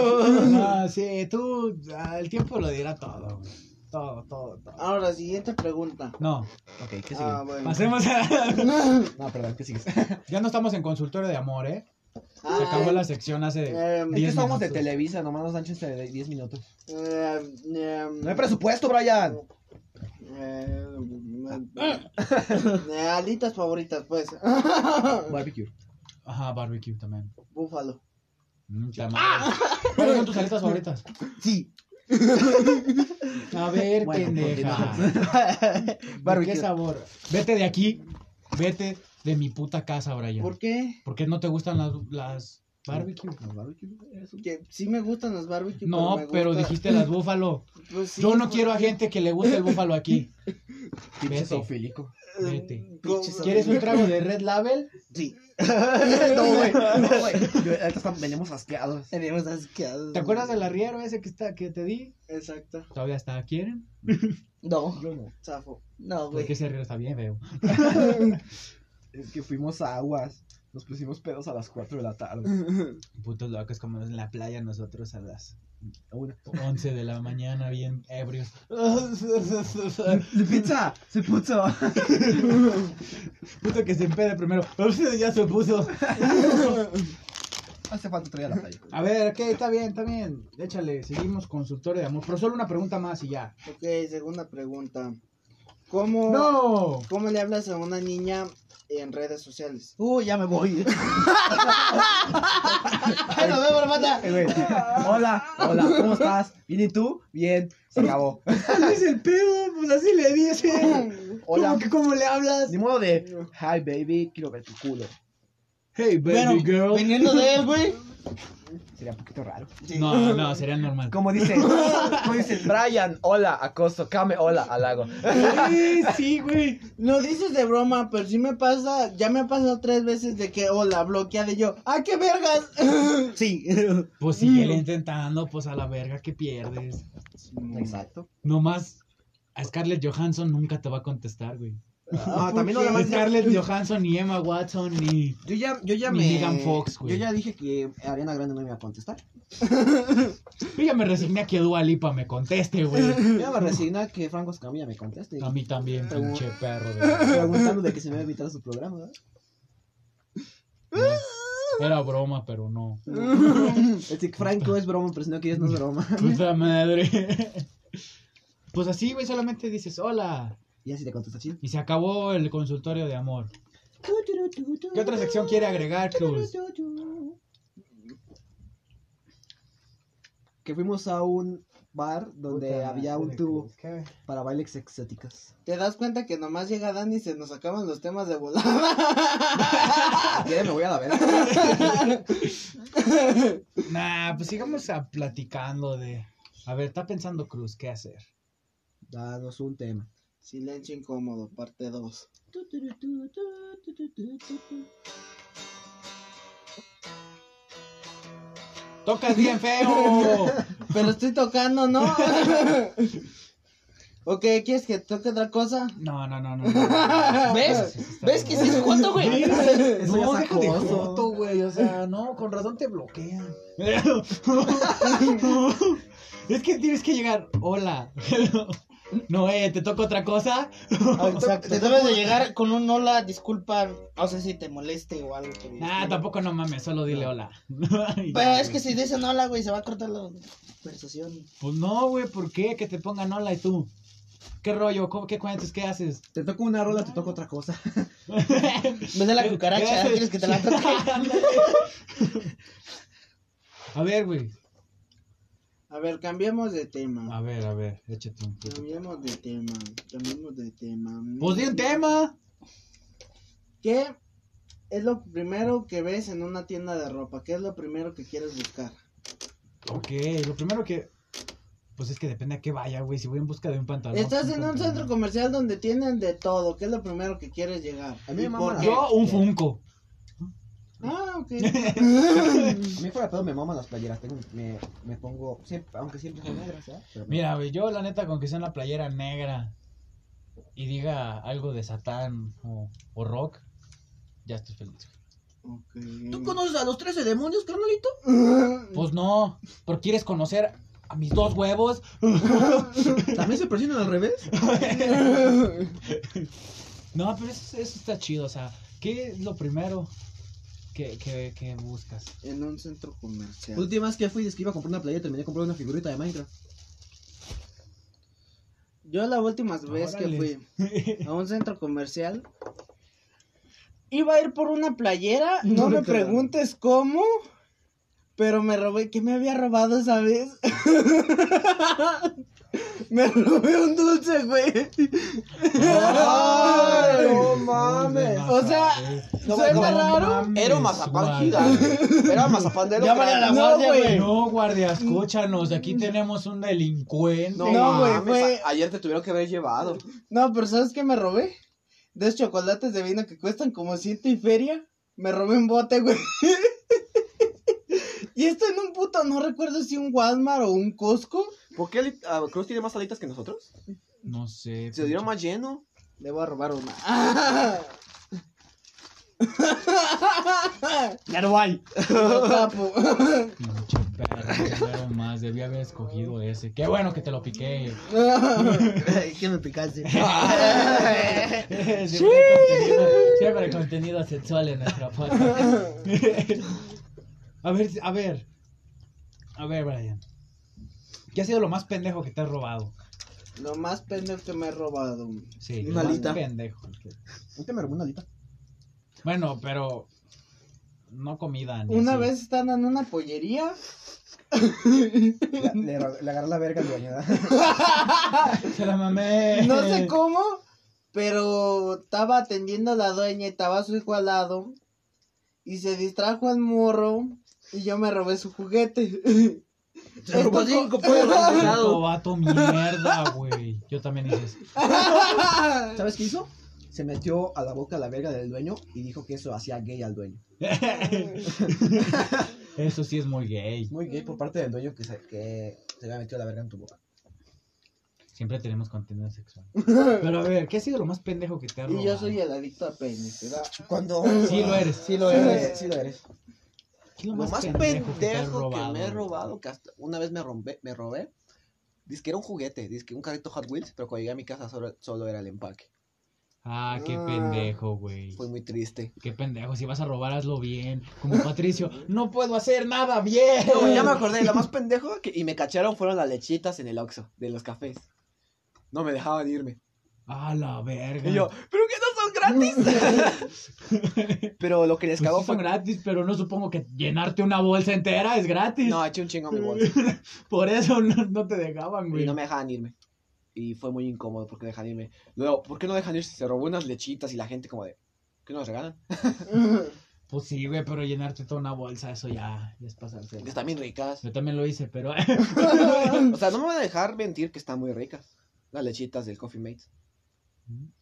[SPEAKER 4] No, sí, tú. ah, El tiempo lo dirá todo, güey. Todo, todo, todo.
[SPEAKER 3] Ahora, siguiente pregunta.
[SPEAKER 4] No,
[SPEAKER 2] Ok, ¿qué sigue?
[SPEAKER 3] Ah, bueno.
[SPEAKER 4] pasemos a.
[SPEAKER 2] No, perdón, ¿qué sigues?
[SPEAKER 4] Ya no estamos en consultorio de amor, ¿eh? Se
[SPEAKER 3] Ah,
[SPEAKER 4] acabó
[SPEAKER 3] eh,
[SPEAKER 4] la sección hace.
[SPEAKER 3] eh,
[SPEAKER 4] diez
[SPEAKER 2] Estos somos Em, de
[SPEAKER 4] minutos.
[SPEAKER 2] Televisa, nomás nos dan chistes de 10 minutos.
[SPEAKER 3] eh, eh,
[SPEAKER 2] No hay presupuesto, Brian.
[SPEAKER 3] eh, eh, alitas favoritas, pues.
[SPEAKER 2] Barbecue.
[SPEAKER 4] Ajá, barbecue también.
[SPEAKER 3] Búfalo.
[SPEAKER 4] Mm, tamales.
[SPEAKER 2] Ah.
[SPEAKER 4] ¿Cuáles son tus alitas favoritas?
[SPEAKER 2] Sí.
[SPEAKER 4] A ver,
[SPEAKER 2] Bueno,
[SPEAKER 4] pendeja. ¿De
[SPEAKER 2] Barbecue.
[SPEAKER 4] qué sabor? Vete de aquí. Vete de mi puta casa, Brian.
[SPEAKER 3] ¿Por qué?
[SPEAKER 4] ¿Por qué no te gustan las, las barbecue?
[SPEAKER 3] Que sí me gustan los barbecue.
[SPEAKER 4] No,
[SPEAKER 3] me
[SPEAKER 4] pero
[SPEAKER 3] gusta-
[SPEAKER 4] dijiste las búfalo.
[SPEAKER 3] Pues sí,
[SPEAKER 4] Yo no
[SPEAKER 3] pues-
[SPEAKER 4] quiero a gente que le guste el búfalo aquí.
[SPEAKER 2] Pinche
[SPEAKER 4] Vete.
[SPEAKER 2] zoofílico.
[SPEAKER 4] Vete.
[SPEAKER 3] Con-
[SPEAKER 4] ¿Quieres un trago de Red Label?
[SPEAKER 2] Sí. no, güey. No, güey. Yo- Ahorita están- venimos asqueados.
[SPEAKER 1] Tenemos asqueado.
[SPEAKER 4] ¿Te acuerdas del arriero ese que, está, que te di?
[SPEAKER 3] Exacto,
[SPEAKER 4] Todavía está, ¿quieren?
[SPEAKER 1] No,
[SPEAKER 2] Yo no.
[SPEAKER 3] zafo.
[SPEAKER 1] no, güey.
[SPEAKER 4] Porque ese arriero está bien feo.
[SPEAKER 2] Es que fuimos a aguas. Nos pusimos pedos a las 4 de la tarde.
[SPEAKER 4] Putos locos como en la playa nosotros a las
[SPEAKER 2] A una.
[SPEAKER 4] 11 de la mañana bien ebrios.
[SPEAKER 2] ¡Se pizza! ¡Se puso!
[SPEAKER 4] Puto que se empede primero. ya se puso.
[SPEAKER 2] Hace falta traer a la playa.
[SPEAKER 4] A ver, ok, está bien, está bien. Échale, seguimos consultorio de amor. Pero solo una pregunta más y ya.
[SPEAKER 3] Ok, segunda pregunta. ¿Cómo,
[SPEAKER 4] ¡No!
[SPEAKER 3] ¿Cómo le hablas a una niña en redes sociales?
[SPEAKER 1] Uh, ya me voy. Ay, nos vemos, hermana.
[SPEAKER 2] Eh, güey. Hola, hola, ¿cómo estás? ¿Bien y tú? Bien, se acabó.
[SPEAKER 4] ¿Cuál es el pedo? Pues así le dice.
[SPEAKER 2] Hola.
[SPEAKER 4] que cómo le hablas?
[SPEAKER 2] Ni modo de, hi baby, quiero ver tu culo.
[SPEAKER 4] Hey, baby
[SPEAKER 1] Bueno,
[SPEAKER 4] girl.
[SPEAKER 1] viniendo de él, güey.
[SPEAKER 2] Sería un poquito raro.
[SPEAKER 4] No, no, sería normal.
[SPEAKER 2] Como dice, como dice, Brian, hola, acoso, Kame, hola, halago.
[SPEAKER 4] Sí, sí, güey.
[SPEAKER 3] Lo dices de broma, pero sí me pasa, ya me ha pasado tres veces de que, hola, bloqueada y yo, ¡ah, qué vergas!
[SPEAKER 1] Sí.
[SPEAKER 4] Pues síguele intentando, pues a la verga que pierdes.
[SPEAKER 2] Exacto.
[SPEAKER 4] Nomás a Scarlett Johansson nunca te va a contestar, güey.
[SPEAKER 2] Ah, también no le
[SPEAKER 4] Ni
[SPEAKER 2] mandes-
[SPEAKER 4] Scarlett Johansson, ni Emma Watson, ni.
[SPEAKER 2] Yo ya, yo ya
[SPEAKER 4] Ni
[SPEAKER 2] me.
[SPEAKER 4] Megan Fox, güey.
[SPEAKER 2] Yo ya dije que Ariana Grande no me iba a contestar.
[SPEAKER 4] Yo ya me resigné a que Dua Lipa me conteste, güey.
[SPEAKER 2] Ya me resigna que Franco Escamilla me conteste.
[SPEAKER 4] A mí también,
[SPEAKER 2] Pero-
[SPEAKER 4] pinche perro. de-
[SPEAKER 2] Preguntando de que se me va a invitar a su programa. ¿verdad?
[SPEAKER 4] Era broma, pero no.
[SPEAKER 2] Es que Franco es broma, pero si no quieres, no es broma.
[SPEAKER 4] Puta madre. Pues así, güey, solamente dices hola.
[SPEAKER 2] Y así te contesta chido.
[SPEAKER 4] Y se acabó el consultorio de amor. ¿Qué otra sección quiere agregar, Cruz?
[SPEAKER 2] Que fuimos a un bar donde había un tubo
[SPEAKER 4] ¿Qué?
[SPEAKER 2] para bailes exóticos.
[SPEAKER 3] Te das cuenta que nomás llega Dani y se nos acaban los temas de volada.
[SPEAKER 2] ¿Quieres? Me voy a la verga.
[SPEAKER 4] Nah, pues sigamos a- platicando de. A ver, está pensando Cruz, ¿qué hacer?
[SPEAKER 2] Danos un tema.
[SPEAKER 3] Silencio incómodo, parte 2.
[SPEAKER 4] ¡Tocas bien feo!
[SPEAKER 3] Pero estoy tocando, ¿no? ok, ¿quieres que toque otra cosa?
[SPEAKER 4] No, no, no, no. no.
[SPEAKER 1] ¿Ves?
[SPEAKER 4] Sí, sí, está
[SPEAKER 1] ¿Ves que
[SPEAKER 4] bien.
[SPEAKER 1] sí es joto, güey?
[SPEAKER 2] Eso
[SPEAKER 4] no,
[SPEAKER 2] ya es
[SPEAKER 4] deja de
[SPEAKER 2] acoso.
[SPEAKER 4] joto, güey. O sea, no, con razón te bloquean. es que tienes que llegar. Hola. no, eh, te toca otra cosa.
[SPEAKER 1] Exacto. Te debes de llegar con un hola, disculpa, no sé si te moleste o algo. pero-
[SPEAKER 4] Ah, tampoco no mames, solo dile hola.
[SPEAKER 1] Pero es que si dicen hola, güey, se va a cortar la conversación.
[SPEAKER 4] Pues no, güey, ¿por qué? Que te pongan hola y tú. ¿Qué rollo? ¿Cómo- ¿Qué cuentas? ¿Qué haces?
[SPEAKER 2] Te toco una rola, te toco otra cosa.
[SPEAKER 1] En vez de la cucaracha,
[SPEAKER 4] Gracias.
[SPEAKER 1] ¿quieres que te la toque?
[SPEAKER 4] A ver, güey.
[SPEAKER 3] A ver, cambiemos de
[SPEAKER 4] A
[SPEAKER 3] tema.
[SPEAKER 4] ver, a ver, échate un puto.
[SPEAKER 3] Cambiemos de tema. Cambiemos de tema.
[SPEAKER 4] Pues di un tema.
[SPEAKER 3] ¿Qué es lo primero que ves en una tienda de ropa? ¿Qué es lo primero que quieres buscar?
[SPEAKER 4] Ok, lo primero que. Pues es que depende a qué vaya, güey. Si voy en busca de un pantalón. pues,
[SPEAKER 3] Estás en un
[SPEAKER 4] pantalón.
[SPEAKER 3] centro comercial donde tienen de todo. ¿Qué es lo primero que quieres llegar?
[SPEAKER 2] A mí me
[SPEAKER 3] ¿Y
[SPEAKER 2] mama
[SPEAKER 3] por
[SPEAKER 2] la
[SPEAKER 3] qué?
[SPEAKER 4] Yo, un Funko.
[SPEAKER 3] Ah, ok.
[SPEAKER 2] A mí fuera de pedo me maman las playeras. Tengo, me, me pongo, siempre, aunque siempre son negras, ¿eh? Pero me-
[SPEAKER 4] Mira, güey, yo la neta con que sea una playera negra y diga algo de Satán o, o rock, ya estoy feliz.
[SPEAKER 3] Ok.
[SPEAKER 1] ¿Tú conoces a los 13 demonios, carnalito?
[SPEAKER 4] Pues no, porque quieres conocer a mis dos huevos.
[SPEAKER 2] ¿También se presionan al revés?
[SPEAKER 4] No, pero eso, eso está chido, o sea, ¿qué es lo primero que, que, que buscas?
[SPEAKER 3] en un centro comercial.
[SPEAKER 2] Última vez que fui es que iba a comprar una playera, terminé comprando una figurita de Minecraft.
[SPEAKER 3] Yo la última vez que
[SPEAKER 4] Órale.
[SPEAKER 3] fui a un centro comercial iba a ir por una playera, no,
[SPEAKER 2] No
[SPEAKER 3] me
[SPEAKER 2] recuerdo.
[SPEAKER 3] preguntes cómo, pero me robé, ¿qué me había robado esa vez? me robé un dulce, güey.
[SPEAKER 2] ¡Ay, no
[SPEAKER 4] mames!
[SPEAKER 3] O sea,
[SPEAKER 2] No,
[SPEAKER 3] suena
[SPEAKER 2] no,
[SPEAKER 3] raro.
[SPEAKER 2] Era un mazapán gigante. Era un mazapán de
[SPEAKER 1] Ya vale a la guardia,
[SPEAKER 3] güey.
[SPEAKER 1] güey.
[SPEAKER 4] No, guardia, escúchanos, aquí tenemos un delincuente.
[SPEAKER 2] No,
[SPEAKER 3] No, güey,
[SPEAKER 2] mames,
[SPEAKER 3] fue-
[SPEAKER 2] "Ah, a- ayer te tuvieron que haber llevado.
[SPEAKER 3] No, pero ¿sabes qué me robé? De esos chocolates de vino que cuestan como ciento y feria. Me robé un bote, güey. y esto en un puto, no recuerdo si un Walmart o un Costco.
[SPEAKER 2] ¿Por qué Ali- ah, Cruz tiene más alitas que nosotros?
[SPEAKER 4] No sé.
[SPEAKER 2] Se dieron más lleno.
[SPEAKER 3] Le voy a robar una.
[SPEAKER 1] Ya no hay.
[SPEAKER 3] Lo tapo.
[SPEAKER 4] Pinche perro, quiero más, debía haber escogido ese. Qué bueno que te lo piqué.
[SPEAKER 1] ¿Qué me picaste?
[SPEAKER 4] Siempre, hay contenido, siempre hay contenido sexual en nuestra podcast. A ver, a ver. A ver, Brian. ¿Qué ha sido lo más pendejo que te has robado?
[SPEAKER 3] Lo más pendejo que me he robado.
[SPEAKER 4] Sí,
[SPEAKER 1] Una
[SPEAKER 4] lo más
[SPEAKER 1] alita.
[SPEAKER 4] pendejo.
[SPEAKER 2] ¿No te me robó una alita?
[SPEAKER 4] Bueno, pero no comida ni
[SPEAKER 3] Una
[SPEAKER 4] así.
[SPEAKER 3] vez están en una pollería.
[SPEAKER 2] Le, agarré la verga al dueño.
[SPEAKER 4] se la mamé.
[SPEAKER 3] No sé cómo, pero estaba atendiendo a la dueña y estaba su hijo al lado. Y se distrajo al morro y yo me robé su juguete.
[SPEAKER 1] Se robó
[SPEAKER 3] Esto
[SPEAKER 1] cinco
[SPEAKER 3] co-
[SPEAKER 1] pollos
[SPEAKER 4] Puto
[SPEAKER 1] refrigerados.
[SPEAKER 4] vato mierda, güey. Yo también hice eso.
[SPEAKER 2] ¿Sabes qué hizo? Se metió a la boca la verga del dueño y dijo que eso hacía gay al dueño.
[SPEAKER 4] Eso sí es muy gay.
[SPEAKER 2] Muy gay por parte del dueño que se, que se había metido la verga en tu boca.
[SPEAKER 4] Siempre tenemos contenido sexual. Pero a ver, ¿qué ha sido lo más pendejo que te ha robado?
[SPEAKER 3] Y yo soy el adicto a penes, ¿verdad?
[SPEAKER 2] Cuando.
[SPEAKER 4] Sí lo eres.
[SPEAKER 2] Sí lo eres. Sí lo eres.
[SPEAKER 4] ¿Qué es
[SPEAKER 2] Lo más
[SPEAKER 4] que te has
[SPEAKER 2] pendejo que, me he
[SPEAKER 4] robado?
[SPEAKER 2] robado, que hasta una vez me, rompé, me robé, dice que era un juguete, dice que un carrito Hot Wheels, pero cuando llegué a mi casa solo, solo era el empaque.
[SPEAKER 4] Ah, qué
[SPEAKER 3] Ah.
[SPEAKER 4] pendejo, güey.
[SPEAKER 2] Fue muy triste.
[SPEAKER 4] Qué pendejo, si vas a robar, hazlo bien. Como Patricio, no puedo hacer nada bien.
[SPEAKER 2] No, ya me acordé, lo más pendejo que, y me cacharon fueron las lechitas en el Oxxo, de los cafés. No me dejaban irme.
[SPEAKER 4] A la verga.
[SPEAKER 2] Y yo, ¿pero que no son gratis? pero lo que les
[SPEAKER 4] Pues
[SPEAKER 2] cagó
[SPEAKER 4] sí son
[SPEAKER 2] fue...
[SPEAKER 4] gratis, pero no supongo que llenarte una bolsa entera es gratis.
[SPEAKER 2] No, eché un chingo a mi bolsa
[SPEAKER 4] Por eso no, no te dejaban, güey.
[SPEAKER 2] y no me dejaban irme. Y fue muy incómodo porque dejan irme. Luego, ¿por qué no dejan irse? Se robó unas lechitas y la gente como de, ¿qué nos regalan?
[SPEAKER 4] Pues sí, güey, pero llenarte toda una bolsa, eso ya, ya es pasarse.
[SPEAKER 2] Que están bien ricas.
[SPEAKER 4] Yo también lo hice, pero...
[SPEAKER 2] O sea, no me van a dejar mentir que están muy ricas. Las lechitas del Coffee Mate.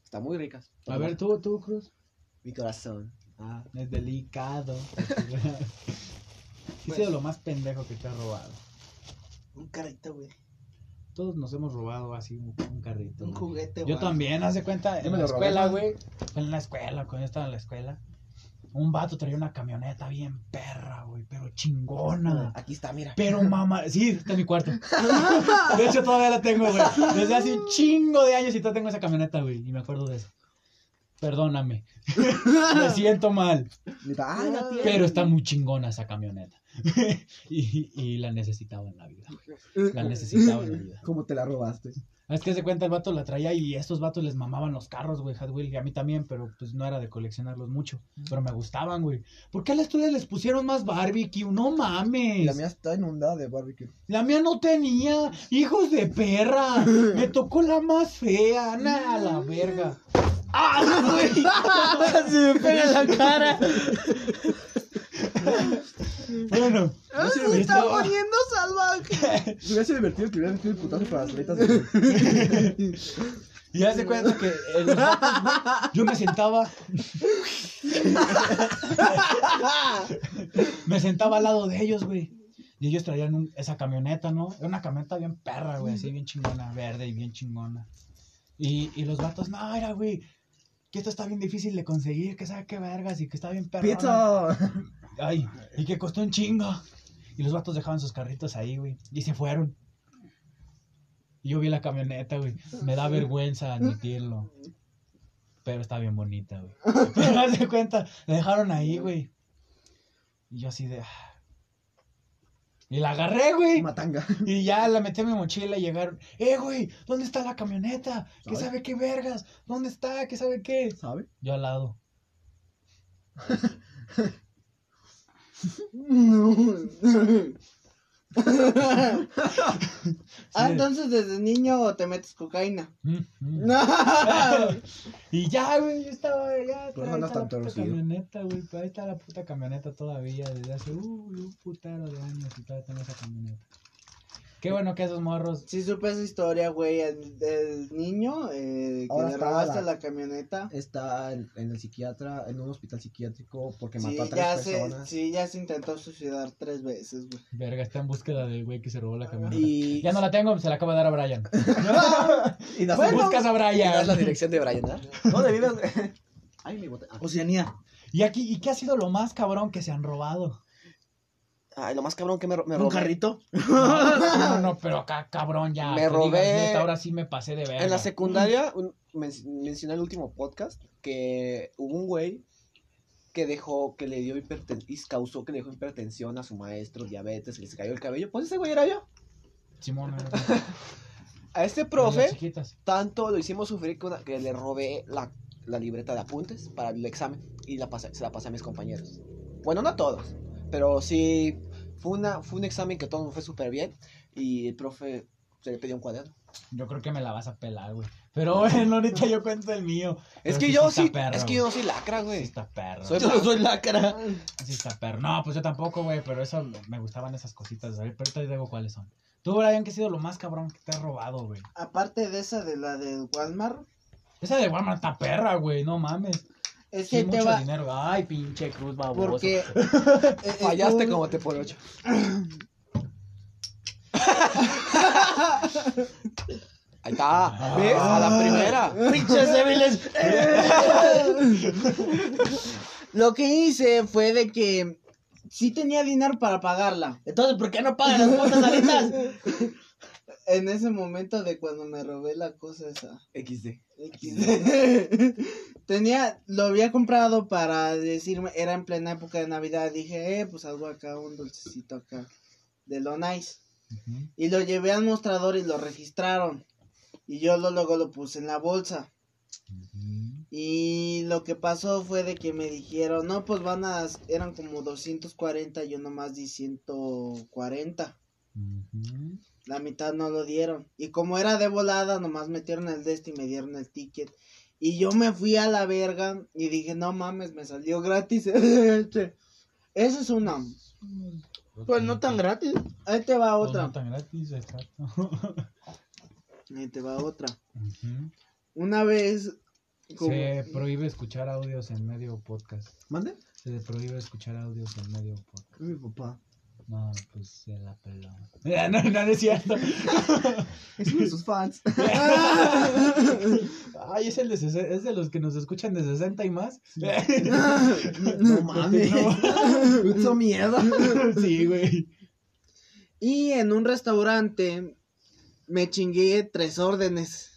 [SPEAKER 2] Están muy ricas.
[SPEAKER 4] A ver, tú, tú, Cruz.
[SPEAKER 2] Mi corazón.
[SPEAKER 4] Ah, es delicado. ¿Qué ha
[SPEAKER 3] Pues-
[SPEAKER 4] sido lo más pendejo que te has robado?
[SPEAKER 3] Un carrito, güey.
[SPEAKER 4] Todos nos hemos robado así un, un carrito.
[SPEAKER 3] Un
[SPEAKER 4] güey.
[SPEAKER 3] juguete,
[SPEAKER 4] Yo
[SPEAKER 3] güey.
[SPEAKER 4] también, haz de cuenta, en
[SPEAKER 2] me
[SPEAKER 4] la
[SPEAKER 2] lo robé,
[SPEAKER 4] escuela,
[SPEAKER 2] ¿no?
[SPEAKER 4] güey. En la escuela, cuando yo estaba en la escuela. Un vato traía una camioneta bien perra, güey, pero chingona.
[SPEAKER 2] Aquí está, mira.
[SPEAKER 4] Pero mamá, sí, está en mi cuarto. De hecho, todavía la tengo, güey. Desde hace un chingo de años y todavía tengo esa camioneta, güey. Y me acuerdo de eso. Perdóname. me siento mal.
[SPEAKER 2] Mira,
[SPEAKER 4] Ah,
[SPEAKER 2] ay, la tiene.
[SPEAKER 4] Pero está muy chingona esa camioneta. y, y la necesitaba en la vida, güey. La necesitaba en la vida.
[SPEAKER 2] ¿Cómo te la robaste?
[SPEAKER 4] Es que se cuenta, el vato la traía y a estos vatos les mamaban los carros, güey, Hot Wheels, y a mí también, pero pues no era de coleccionarlos mucho. Pero me gustaban, güey. ¿Por qué a las tuyas les pusieron más barbecue? No mames. La mía,
[SPEAKER 2] está inundada de barbecue.
[SPEAKER 4] no tenía. Hijos de perra. me tocó la más fea. Nah, la verga.
[SPEAKER 1] Se me pega en la cara.
[SPEAKER 4] Bueno.
[SPEAKER 3] Se está poniendo salvaje.
[SPEAKER 2] Me hubiese divertido que hubiera metido el putazo para las letas.
[SPEAKER 4] Y haz de cuenta que en los vatos, güey, yo me sentaba. me sentaba al lado de ellos, güey. Y ellos traían un- esa camioneta, ¿no? Era una camioneta bien perra, güey, así bien chingona, verde y bien chingona. Y, y los vatos, no, era, güey, que esto está bien difícil de conseguir, que sabe qué vergas y que está bien perra.
[SPEAKER 1] Pizza.
[SPEAKER 4] Ay, y que costó un chingo. Y los vatos dejaban sus carritos ahí, güey. Y se fueron. Y yo vi la camioneta, güey. Me da vergüenza admitirlo. Pero está bien bonita, güey. Pero haz de cuenta, la dejaron ahí, güey. Y yo así de. ah. Y la agarré, güey.
[SPEAKER 1] Matanga.
[SPEAKER 4] Y ya la metí en mi mochila y llegaron. ¡Eh, güey! ¿Dónde está la camioneta? ¿Qué
[SPEAKER 1] ¿Sabe?
[SPEAKER 4] sabe qué vergas? ¿Dónde está? ¿Qué sabe qué?
[SPEAKER 1] ¿Sabe?
[SPEAKER 4] Yo al lado.
[SPEAKER 3] Ah, entonces desde niño te metes cocaína.
[SPEAKER 4] Mm, mm.
[SPEAKER 3] No.
[SPEAKER 4] Y ya, güey, yo estaba ya.
[SPEAKER 1] Por
[SPEAKER 4] ahí
[SPEAKER 1] eso andas
[SPEAKER 4] está la
[SPEAKER 1] tan
[SPEAKER 4] puta
[SPEAKER 1] torcido.
[SPEAKER 4] camioneta, güey. pero Ahí está la puta camioneta todavía desde hace uh, un putero de años y todavía tengo esa camioneta. Qué bueno que esos morros.
[SPEAKER 3] Sí supe esa historia, güey, el, el niño eh, que
[SPEAKER 2] Ahora
[SPEAKER 3] le
[SPEAKER 2] está
[SPEAKER 3] robaste
[SPEAKER 2] la-
[SPEAKER 3] la camioneta.
[SPEAKER 2] Está en, en el psiquiatra, en un hospital psiquiátrico porque
[SPEAKER 3] Sí
[SPEAKER 2] mató a
[SPEAKER 3] ya,
[SPEAKER 2] tres
[SPEAKER 3] se,
[SPEAKER 2] personas.
[SPEAKER 3] sí, ya se intentó suicidar tres veces, güey.
[SPEAKER 4] Verga, está en búsqueda del güey que se robó la camioneta.
[SPEAKER 2] Y,
[SPEAKER 4] Ya no la tengo, se la acaba de dar a Brian.
[SPEAKER 2] y das,
[SPEAKER 4] Bueno, buscas a
[SPEAKER 2] y das la
[SPEAKER 4] Brian.
[SPEAKER 2] dirección de Brian, ¿verdad? ¿Dónde vives? Ay, mi ah. botella.
[SPEAKER 1] Oceanía.
[SPEAKER 4] Y aquí, ¿y qué ha sido lo más cabrón que se han robado?
[SPEAKER 2] Ay, lo más cabrón que me, ro- me
[SPEAKER 1] Un
[SPEAKER 2] robé.
[SPEAKER 1] carrito.
[SPEAKER 4] No, no, no, pero acá, cabrón, ya.
[SPEAKER 2] Me
[SPEAKER 4] que digas,
[SPEAKER 2] robé-
[SPEAKER 4] "Neta, ahora sí me pasé de verga.
[SPEAKER 2] En la secundaria, un- men- mencioné el último podcast que hubo un güey que dejó, que le dio hipertensión, causó que le dejó hipertensión a su maestro, diabetes, les cayó el cabello. Pues ese güey era yo.
[SPEAKER 4] Simón, era-
[SPEAKER 2] A este
[SPEAKER 4] de las
[SPEAKER 2] profe,
[SPEAKER 4] chiquitas.
[SPEAKER 2] tanto lo hicimos sufrir que, una- que le robé la, la libreta de apuntes para el examen y la pasé- se la pasé a mis compañeros. Bueno, no a todos, pero sí fue, una, fue un examen que todo fue súper bien y el profe se le pidió un cuaderno.
[SPEAKER 4] Yo creo que me la vas a pelar, güey. Pero bueno, ahorita yo cuento el mío.
[SPEAKER 2] Es
[SPEAKER 4] Pero
[SPEAKER 2] que
[SPEAKER 4] sí
[SPEAKER 2] yo
[SPEAKER 4] está
[SPEAKER 2] sí,
[SPEAKER 4] perro,
[SPEAKER 2] es que yo sí lacra,
[SPEAKER 4] Sí
[SPEAKER 2] güey.
[SPEAKER 4] está perro.
[SPEAKER 2] Soy
[SPEAKER 4] Sí
[SPEAKER 2] no soy lacra.
[SPEAKER 4] está perro. No, pues yo tampoco, güey, pero eso me gustaban esas cositas. A ver, pero ahorita digo cuáles son. Tú, Brian, que ha sido lo más cabrón que te has robado, güey.
[SPEAKER 3] Aparte de esa de la de Walmart,
[SPEAKER 4] Esa de Walmart está perra, güey, no mames.
[SPEAKER 3] es
[SPEAKER 4] Sí,
[SPEAKER 3] que te
[SPEAKER 4] mucho
[SPEAKER 3] va
[SPEAKER 4] dinero. Ay, pinche cruz baboso.
[SPEAKER 3] porque eh, eh,
[SPEAKER 2] Fallaste
[SPEAKER 3] tú-
[SPEAKER 2] como te por ocho. Ahí está, ¿ves? A la primera.
[SPEAKER 1] Pinches débiles.
[SPEAKER 3] Lo que hice fue de que sí tenía dinero para pagarla.
[SPEAKER 1] Entonces, ¿por qué no pagan las cuotas ahorita?
[SPEAKER 3] En ese momento de cuando me robé la cosa esa.
[SPEAKER 2] XD.
[SPEAKER 3] tenía, lo había comprado para decirme, era en plena época de Navidad, dije, eh, pues algo acá, un dulcecito acá, de lo nice.
[SPEAKER 4] Ujú.
[SPEAKER 3] Y lo llevé al mostrador y lo registraron. Y yo lo, luego lo puse en la bolsa.
[SPEAKER 4] Ujú.
[SPEAKER 3] Y lo que pasó fue de que me dijeron, no, pues van a, eran como 240, yo nomás di 140.
[SPEAKER 4] Ujú.
[SPEAKER 3] La mitad no lo dieron. Y como era de volada, nomás metieron el de este y me dieron el ticket. Y yo me fui a la verga y dije, no mames, me salió gratis. Ese es una.
[SPEAKER 1] Pues no tan gratis.
[SPEAKER 3] Ahí te va
[SPEAKER 4] Pues
[SPEAKER 3] otra.
[SPEAKER 4] no tan gratis, exacto.
[SPEAKER 3] Ahí te va otra.
[SPEAKER 4] Ujú.
[SPEAKER 3] Una vez... como-
[SPEAKER 4] Se prohíbe escuchar audios en medio podcast.
[SPEAKER 2] ¿Mande?
[SPEAKER 4] Se le prohíbe escuchar audios en medio podcast.
[SPEAKER 2] Mi papá.
[SPEAKER 4] No, pues se la peló. No, no, no es cierto.
[SPEAKER 2] Es uno de sus fans.
[SPEAKER 4] Ay, es, el de, sesen- es de los que nos escuchan de 60 y más.
[SPEAKER 2] No mames. Mucho miedo.
[SPEAKER 4] Sí, güey.
[SPEAKER 3] Y en un restaurante me chingué tres órdenes.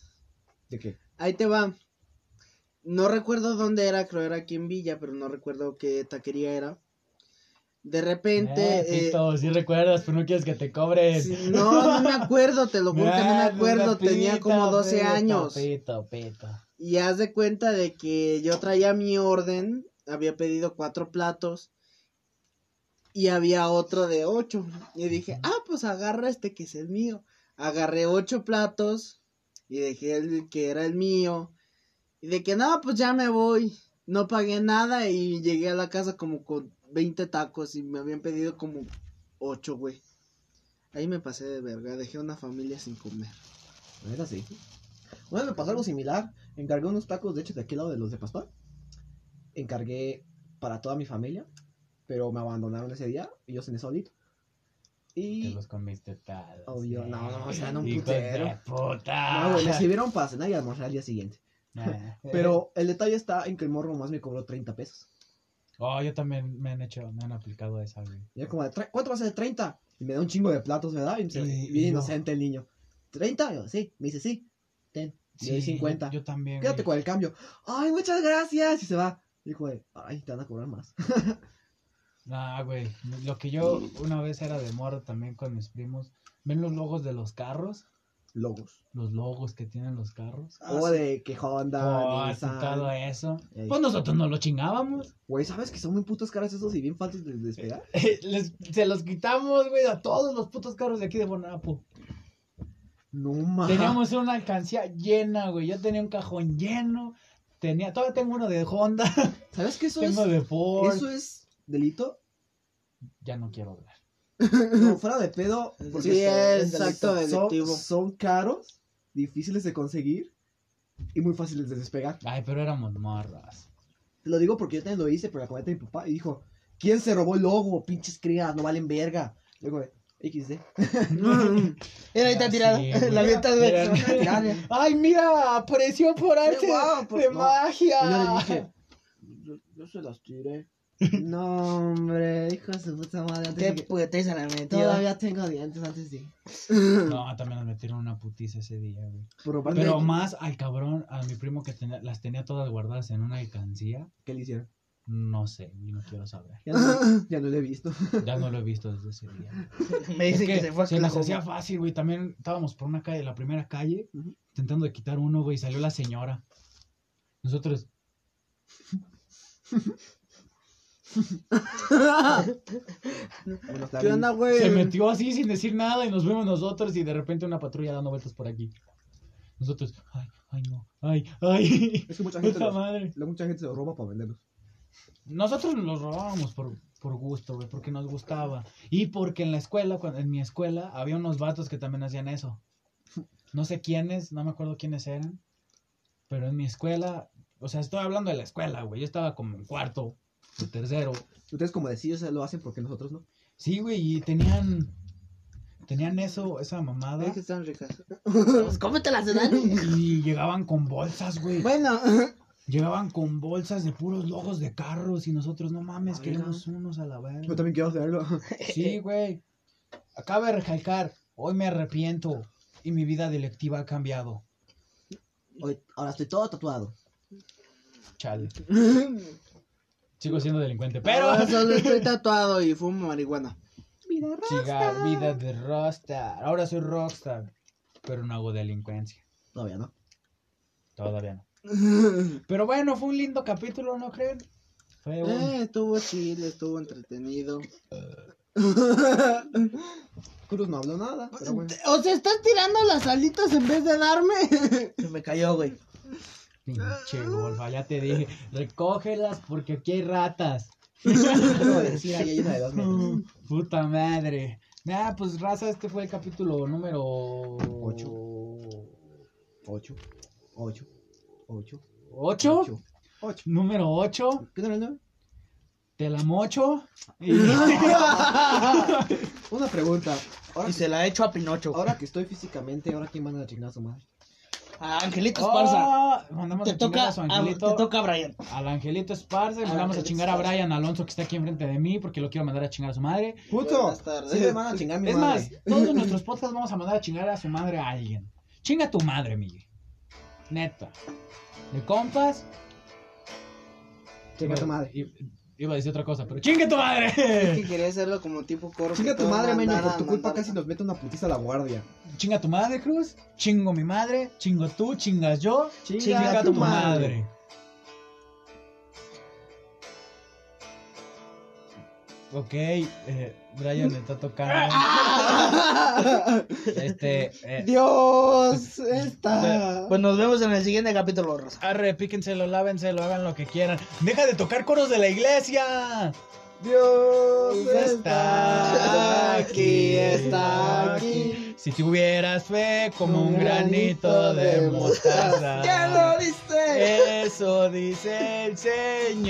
[SPEAKER 2] ¿De qué?
[SPEAKER 3] Ahí te va. No recuerdo dónde era, creo era aquí en Villa, pero no recuerdo qué taquería era. De repente...
[SPEAKER 4] Eh,
[SPEAKER 3] eh,
[SPEAKER 4] pito, sí recuerdas, pero no quieres que te cobren. Ah,
[SPEAKER 3] sí, no, no me acuerdo, te lo juro que no me acuerdo. Tenía como 12 años.
[SPEAKER 4] Pito, pito.
[SPEAKER 3] Y haz de cuenta de que yo traía mi orden, había pedido cuatro platos y había otro de ocho. Y dije, ah, pues agarra este que es el mío. Agarré ocho platos y dejé el que era el mío. Y de que, no, pues ya me voy. No pagué nada y llegué a la casa como con 20 tacos y me habían pedido como ocho, güey. Ahí me pasé de verga, dejé una familia sin comer.
[SPEAKER 2] Era así. Una vez me pasó algo similar. Encargué unos tacos, de hecho, de aquel lado de los de Pastor. Encargué para toda mi familia, pero me abandonaron ese día y yo cené solito.
[SPEAKER 4] Te
[SPEAKER 2] Y.
[SPEAKER 4] los comiste tal.
[SPEAKER 2] Obvio, no, no, o sea, en un
[SPEAKER 4] Hijos
[SPEAKER 2] putero.
[SPEAKER 4] de puta.
[SPEAKER 2] No, güey, me sirvieron para cenar y almorzar al día siguiente.
[SPEAKER 4] Ah.
[SPEAKER 2] Pero el detalle está en que el morro más me cobró 30 pesos.
[SPEAKER 4] Oh, yo también me han hecho, me han aplicado esa, güey.
[SPEAKER 2] Y yo como, de, "Tre- ¿cuánto va a ser 30? Y me da un chingo de platos, ¿verdad? Y me dice,
[SPEAKER 4] Y-
[SPEAKER 2] bien
[SPEAKER 4] y no.
[SPEAKER 2] inocente el niño. ¿30? Yo, sí. Me dice, sí. Ten. Le doy 50.
[SPEAKER 4] Yo, yo también.
[SPEAKER 2] Quédate
[SPEAKER 4] güey.
[SPEAKER 2] con el cambio. Ay, muchas gracias. Y se va. Dijo, de, ay, te van a cobrar más.
[SPEAKER 4] Nah, Ah, güey. Lo que yo una vez era de morro también con mis primos. ¿Ven los logos de los carros?
[SPEAKER 2] Logos.
[SPEAKER 4] Los logos que tienen los carros.
[SPEAKER 1] Ah,
[SPEAKER 2] o
[SPEAKER 1] sí.
[SPEAKER 2] de que Honda,
[SPEAKER 4] Oh, así
[SPEAKER 2] Nissan.
[SPEAKER 4] todo eso.
[SPEAKER 2] Ey.
[SPEAKER 4] Pues nosotros no lo chingábamos.
[SPEAKER 2] Güey, ¿sabes que son muy putos caras esos y bien fáciles de despegar?
[SPEAKER 4] Eh, Les- se los quitamos, güey, a todos los putos carros de aquí de Bonapo.
[SPEAKER 2] No mames.
[SPEAKER 4] Teníamos una alcancía llena, güey. Yo tenía un cajón lleno. Tenía, todavía tengo uno de Honda,
[SPEAKER 2] ¿Sabes que eso es,
[SPEAKER 4] tengo de Ford.
[SPEAKER 2] eso es delito?
[SPEAKER 4] Ya no quiero hablar.
[SPEAKER 2] No, fuera de pedo.
[SPEAKER 1] Es
[SPEAKER 2] porque
[SPEAKER 1] delito,
[SPEAKER 3] es
[SPEAKER 2] son-
[SPEAKER 3] acto delictivo.
[SPEAKER 2] Son, son caros, difíciles de conseguir y muy fáciles de despegar.
[SPEAKER 4] Ay, pero éramos morras.
[SPEAKER 2] Te lo digo porque yo también lo hice, pero la cometa de mi papá y dijo: ¿Quién se robó el logo? Pinches crías, no valen verga. Luego, XD.
[SPEAKER 1] Mira, ahí está
[SPEAKER 4] Ya
[SPEAKER 1] tirada.
[SPEAKER 4] sí, güey.
[SPEAKER 1] la venta
[SPEAKER 4] Mira,
[SPEAKER 1] de.
[SPEAKER 4] mira.
[SPEAKER 2] Tirar, eh.
[SPEAKER 4] Ay, mira, apareció por arte
[SPEAKER 2] guau, por-
[SPEAKER 4] de
[SPEAKER 2] no.
[SPEAKER 4] magia.
[SPEAKER 2] Y yo le dije, yo, yo se las tiré. No, hombre, hijo de su puta madre. Antes de
[SPEAKER 1] Qué
[SPEAKER 2] que-
[SPEAKER 1] puñetes a la metida.
[SPEAKER 2] Todavía tengo dientes antes de.
[SPEAKER 4] No, también nos metieron una putiza ese día, güey.
[SPEAKER 2] Por robarme-
[SPEAKER 4] Pero más al cabrón, a mi primo que tenía- las tenía todas guardadas en una alcancía.
[SPEAKER 2] ¿Qué le hicieron?
[SPEAKER 4] No sé, y no quiero saber.
[SPEAKER 2] Ya no, ya no lo he visto.
[SPEAKER 4] Ya no lo he visto desde ese día.
[SPEAKER 1] Me
[SPEAKER 4] Es
[SPEAKER 1] dicen que,
[SPEAKER 4] que
[SPEAKER 1] se fue a
[SPEAKER 4] se las
[SPEAKER 1] Oklahoma.
[SPEAKER 4] hacía fácil, güey. También estábamos por una calle, la primera calle,
[SPEAKER 2] Ujú.
[SPEAKER 4] intentando de quitar uno, güey. y Salió la señora. Nosotros.
[SPEAKER 2] Bueno, está
[SPEAKER 3] ¿Qué
[SPEAKER 2] bien.
[SPEAKER 3] onda, güey?
[SPEAKER 4] Se metió así sin decir nada y nos vemos nosotros y de repente una patrulla dando vueltas por aquí. Nosotros, ay, ay, no, ay, ay.
[SPEAKER 2] Es que mucha gente,
[SPEAKER 4] Puta
[SPEAKER 2] los,
[SPEAKER 4] madre.
[SPEAKER 2] luego mucha gente se los roba para venderlos.
[SPEAKER 4] Nosotros nos los robábamos por, por gusto, güey, porque nos gustaba. Y porque en la escuela, cuando- en mi escuela, había unos vatos que también hacían eso. No sé quiénes, no me acuerdo quiénes eran. Pero en mi escuela, o sea, estoy hablando de la escuela, güey. Yo estaba como en cuarto, o tercero.
[SPEAKER 2] Ustedes, como decía, se lo hacen porque nosotros no.
[SPEAKER 4] Sí, güey, y tenían. Tenían eso, esa mamada.
[SPEAKER 3] Es que están ricas.
[SPEAKER 1] Pues cómetelas, Dani.
[SPEAKER 4] Y llegaban con bolsas, güey.
[SPEAKER 3] Bueno,
[SPEAKER 4] Llegaban con bolsas de puros logos de carros. Y nosotros, no mames,
[SPEAKER 2] Ah,
[SPEAKER 4] queremos unos a la verga.
[SPEAKER 2] Yo también quiero hacerlo.
[SPEAKER 4] Sí, güey. Acaba de recalcar, hoy me arrepiento y mi vida delictiva ha cambiado.
[SPEAKER 2] Hoy- ahora estoy todo tatuado.
[SPEAKER 4] Chale. Sigo siendo delincuente, pero
[SPEAKER 3] ahora solo estoy tatuado y fumo marihuana.
[SPEAKER 4] siga vida de rockstar. Ahora soy rockstar, pero no hago delincuencia.
[SPEAKER 2] Todavía no.
[SPEAKER 4] Todavía no. Pero bueno, fue un lindo capítulo, ¿no creen? Fue un-
[SPEAKER 3] Eh, estuvo chill, estuvo entretenido.
[SPEAKER 2] Cruz no habló nada, pero bueno.
[SPEAKER 3] O sea, estás tirando las alitas en vez de darme.
[SPEAKER 1] Se me cayó, güey.
[SPEAKER 4] Pinche golfa, ya te dije. Recógelas porque aquí hay ratas.
[SPEAKER 2] Acabo de decir, ahí hay una de dos metros.
[SPEAKER 4] Puta madre. Nah, pues raza, este fue el capítulo número
[SPEAKER 2] Ocho. 8, 8, 8,
[SPEAKER 4] 8.
[SPEAKER 2] 8.
[SPEAKER 4] Número 8,
[SPEAKER 2] ¿Qué número es nueve?
[SPEAKER 4] te la mocho. Y...
[SPEAKER 2] Una pregunta. Ahora,
[SPEAKER 1] Y se la he hecho a Pinocho. güey.
[SPEAKER 2] ahora que estoy físicamente, ¿ahora quién manda a chingar a su madre?
[SPEAKER 1] A Ah, Angelito Esparza.
[SPEAKER 4] Ah, mandamos
[SPEAKER 1] te,
[SPEAKER 4] a chingar
[SPEAKER 1] toca,
[SPEAKER 4] a su
[SPEAKER 1] a-
[SPEAKER 4] angelito.
[SPEAKER 1] te toca a Brian.
[SPEAKER 4] Al angelito Esparza. Y
[SPEAKER 1] Al
[SPEAKER 4] mandamos a
[SPEAKER 1] Angelito
[SPEAKER 4] chingar a
[SPEAKER 1] Esparza.
[SPEAKER 4] Brian Alonso que está aquí enfrente de mí porque lo quiero mandar a chingar a su madre.
[SPEAKER 2] Puto,
[SPEAKER 3] Buenas tardes.
[SPEAKER 2] sí me van a chingar a mi
[SPEAKER 4] es más,
[SPEAKER 2] madre.
[SPEAKER 4] todos nuestros podcasts vamos a mandar a chingar a su madre a alguien. Chinga a tu madre, Miguel. Neta. De compas.
[SPEAKER 2] Chinga a tu madre.
[SPEAKER 4] I- Iba a decir otra cosa, pero chinga tu madre.
[SPEAKER 3] que quería hacerlo como tipo coro.
[SPEAKER 2] Chinga
[SPEAKER 3] que
[SPEAKER 2] a tu
[SPEAKER 3] todos
[SPEAKER 2] madre, meño,
[SPEAKER 3] mandaran
[SPEAKER 2] por tu culpa
[SPEAKER 3] mandar-
[SPEAKER 2] casi nos mete una putiza a la guardia.
[SPEAKER 4] Chinga tu madre, Cruz. Chingo mi madre. Chingo tú. Chingas yo.
[SPEAKER 2] Chinga
[SPEAKER 4] Chinga
[SPEAKER 2] tu
[SPEAKER 4] tu madre. Ok, eh, Brian le está tocando. Este. eh,
[SPEAKER 3] Dios, está.
[SPEAKER 1] Pues nos vemos en el siguiente capítulo, Rosa.
[SPEAKER 4] arre, píquenselo, lávenselo, hagan lo que quieran. ¡Deja de tocar coros de la iglesia!
[SPEAKER 2] Dios
[SPEAKER 3] Pues Está aquí, está aquí.
[SPEAKER 4] Si tuvieras fe como un granito de mostaza.
[SPEAKER 2] ¿Quién lo dice?
[SPEAKER 4] Eso dice el Señor.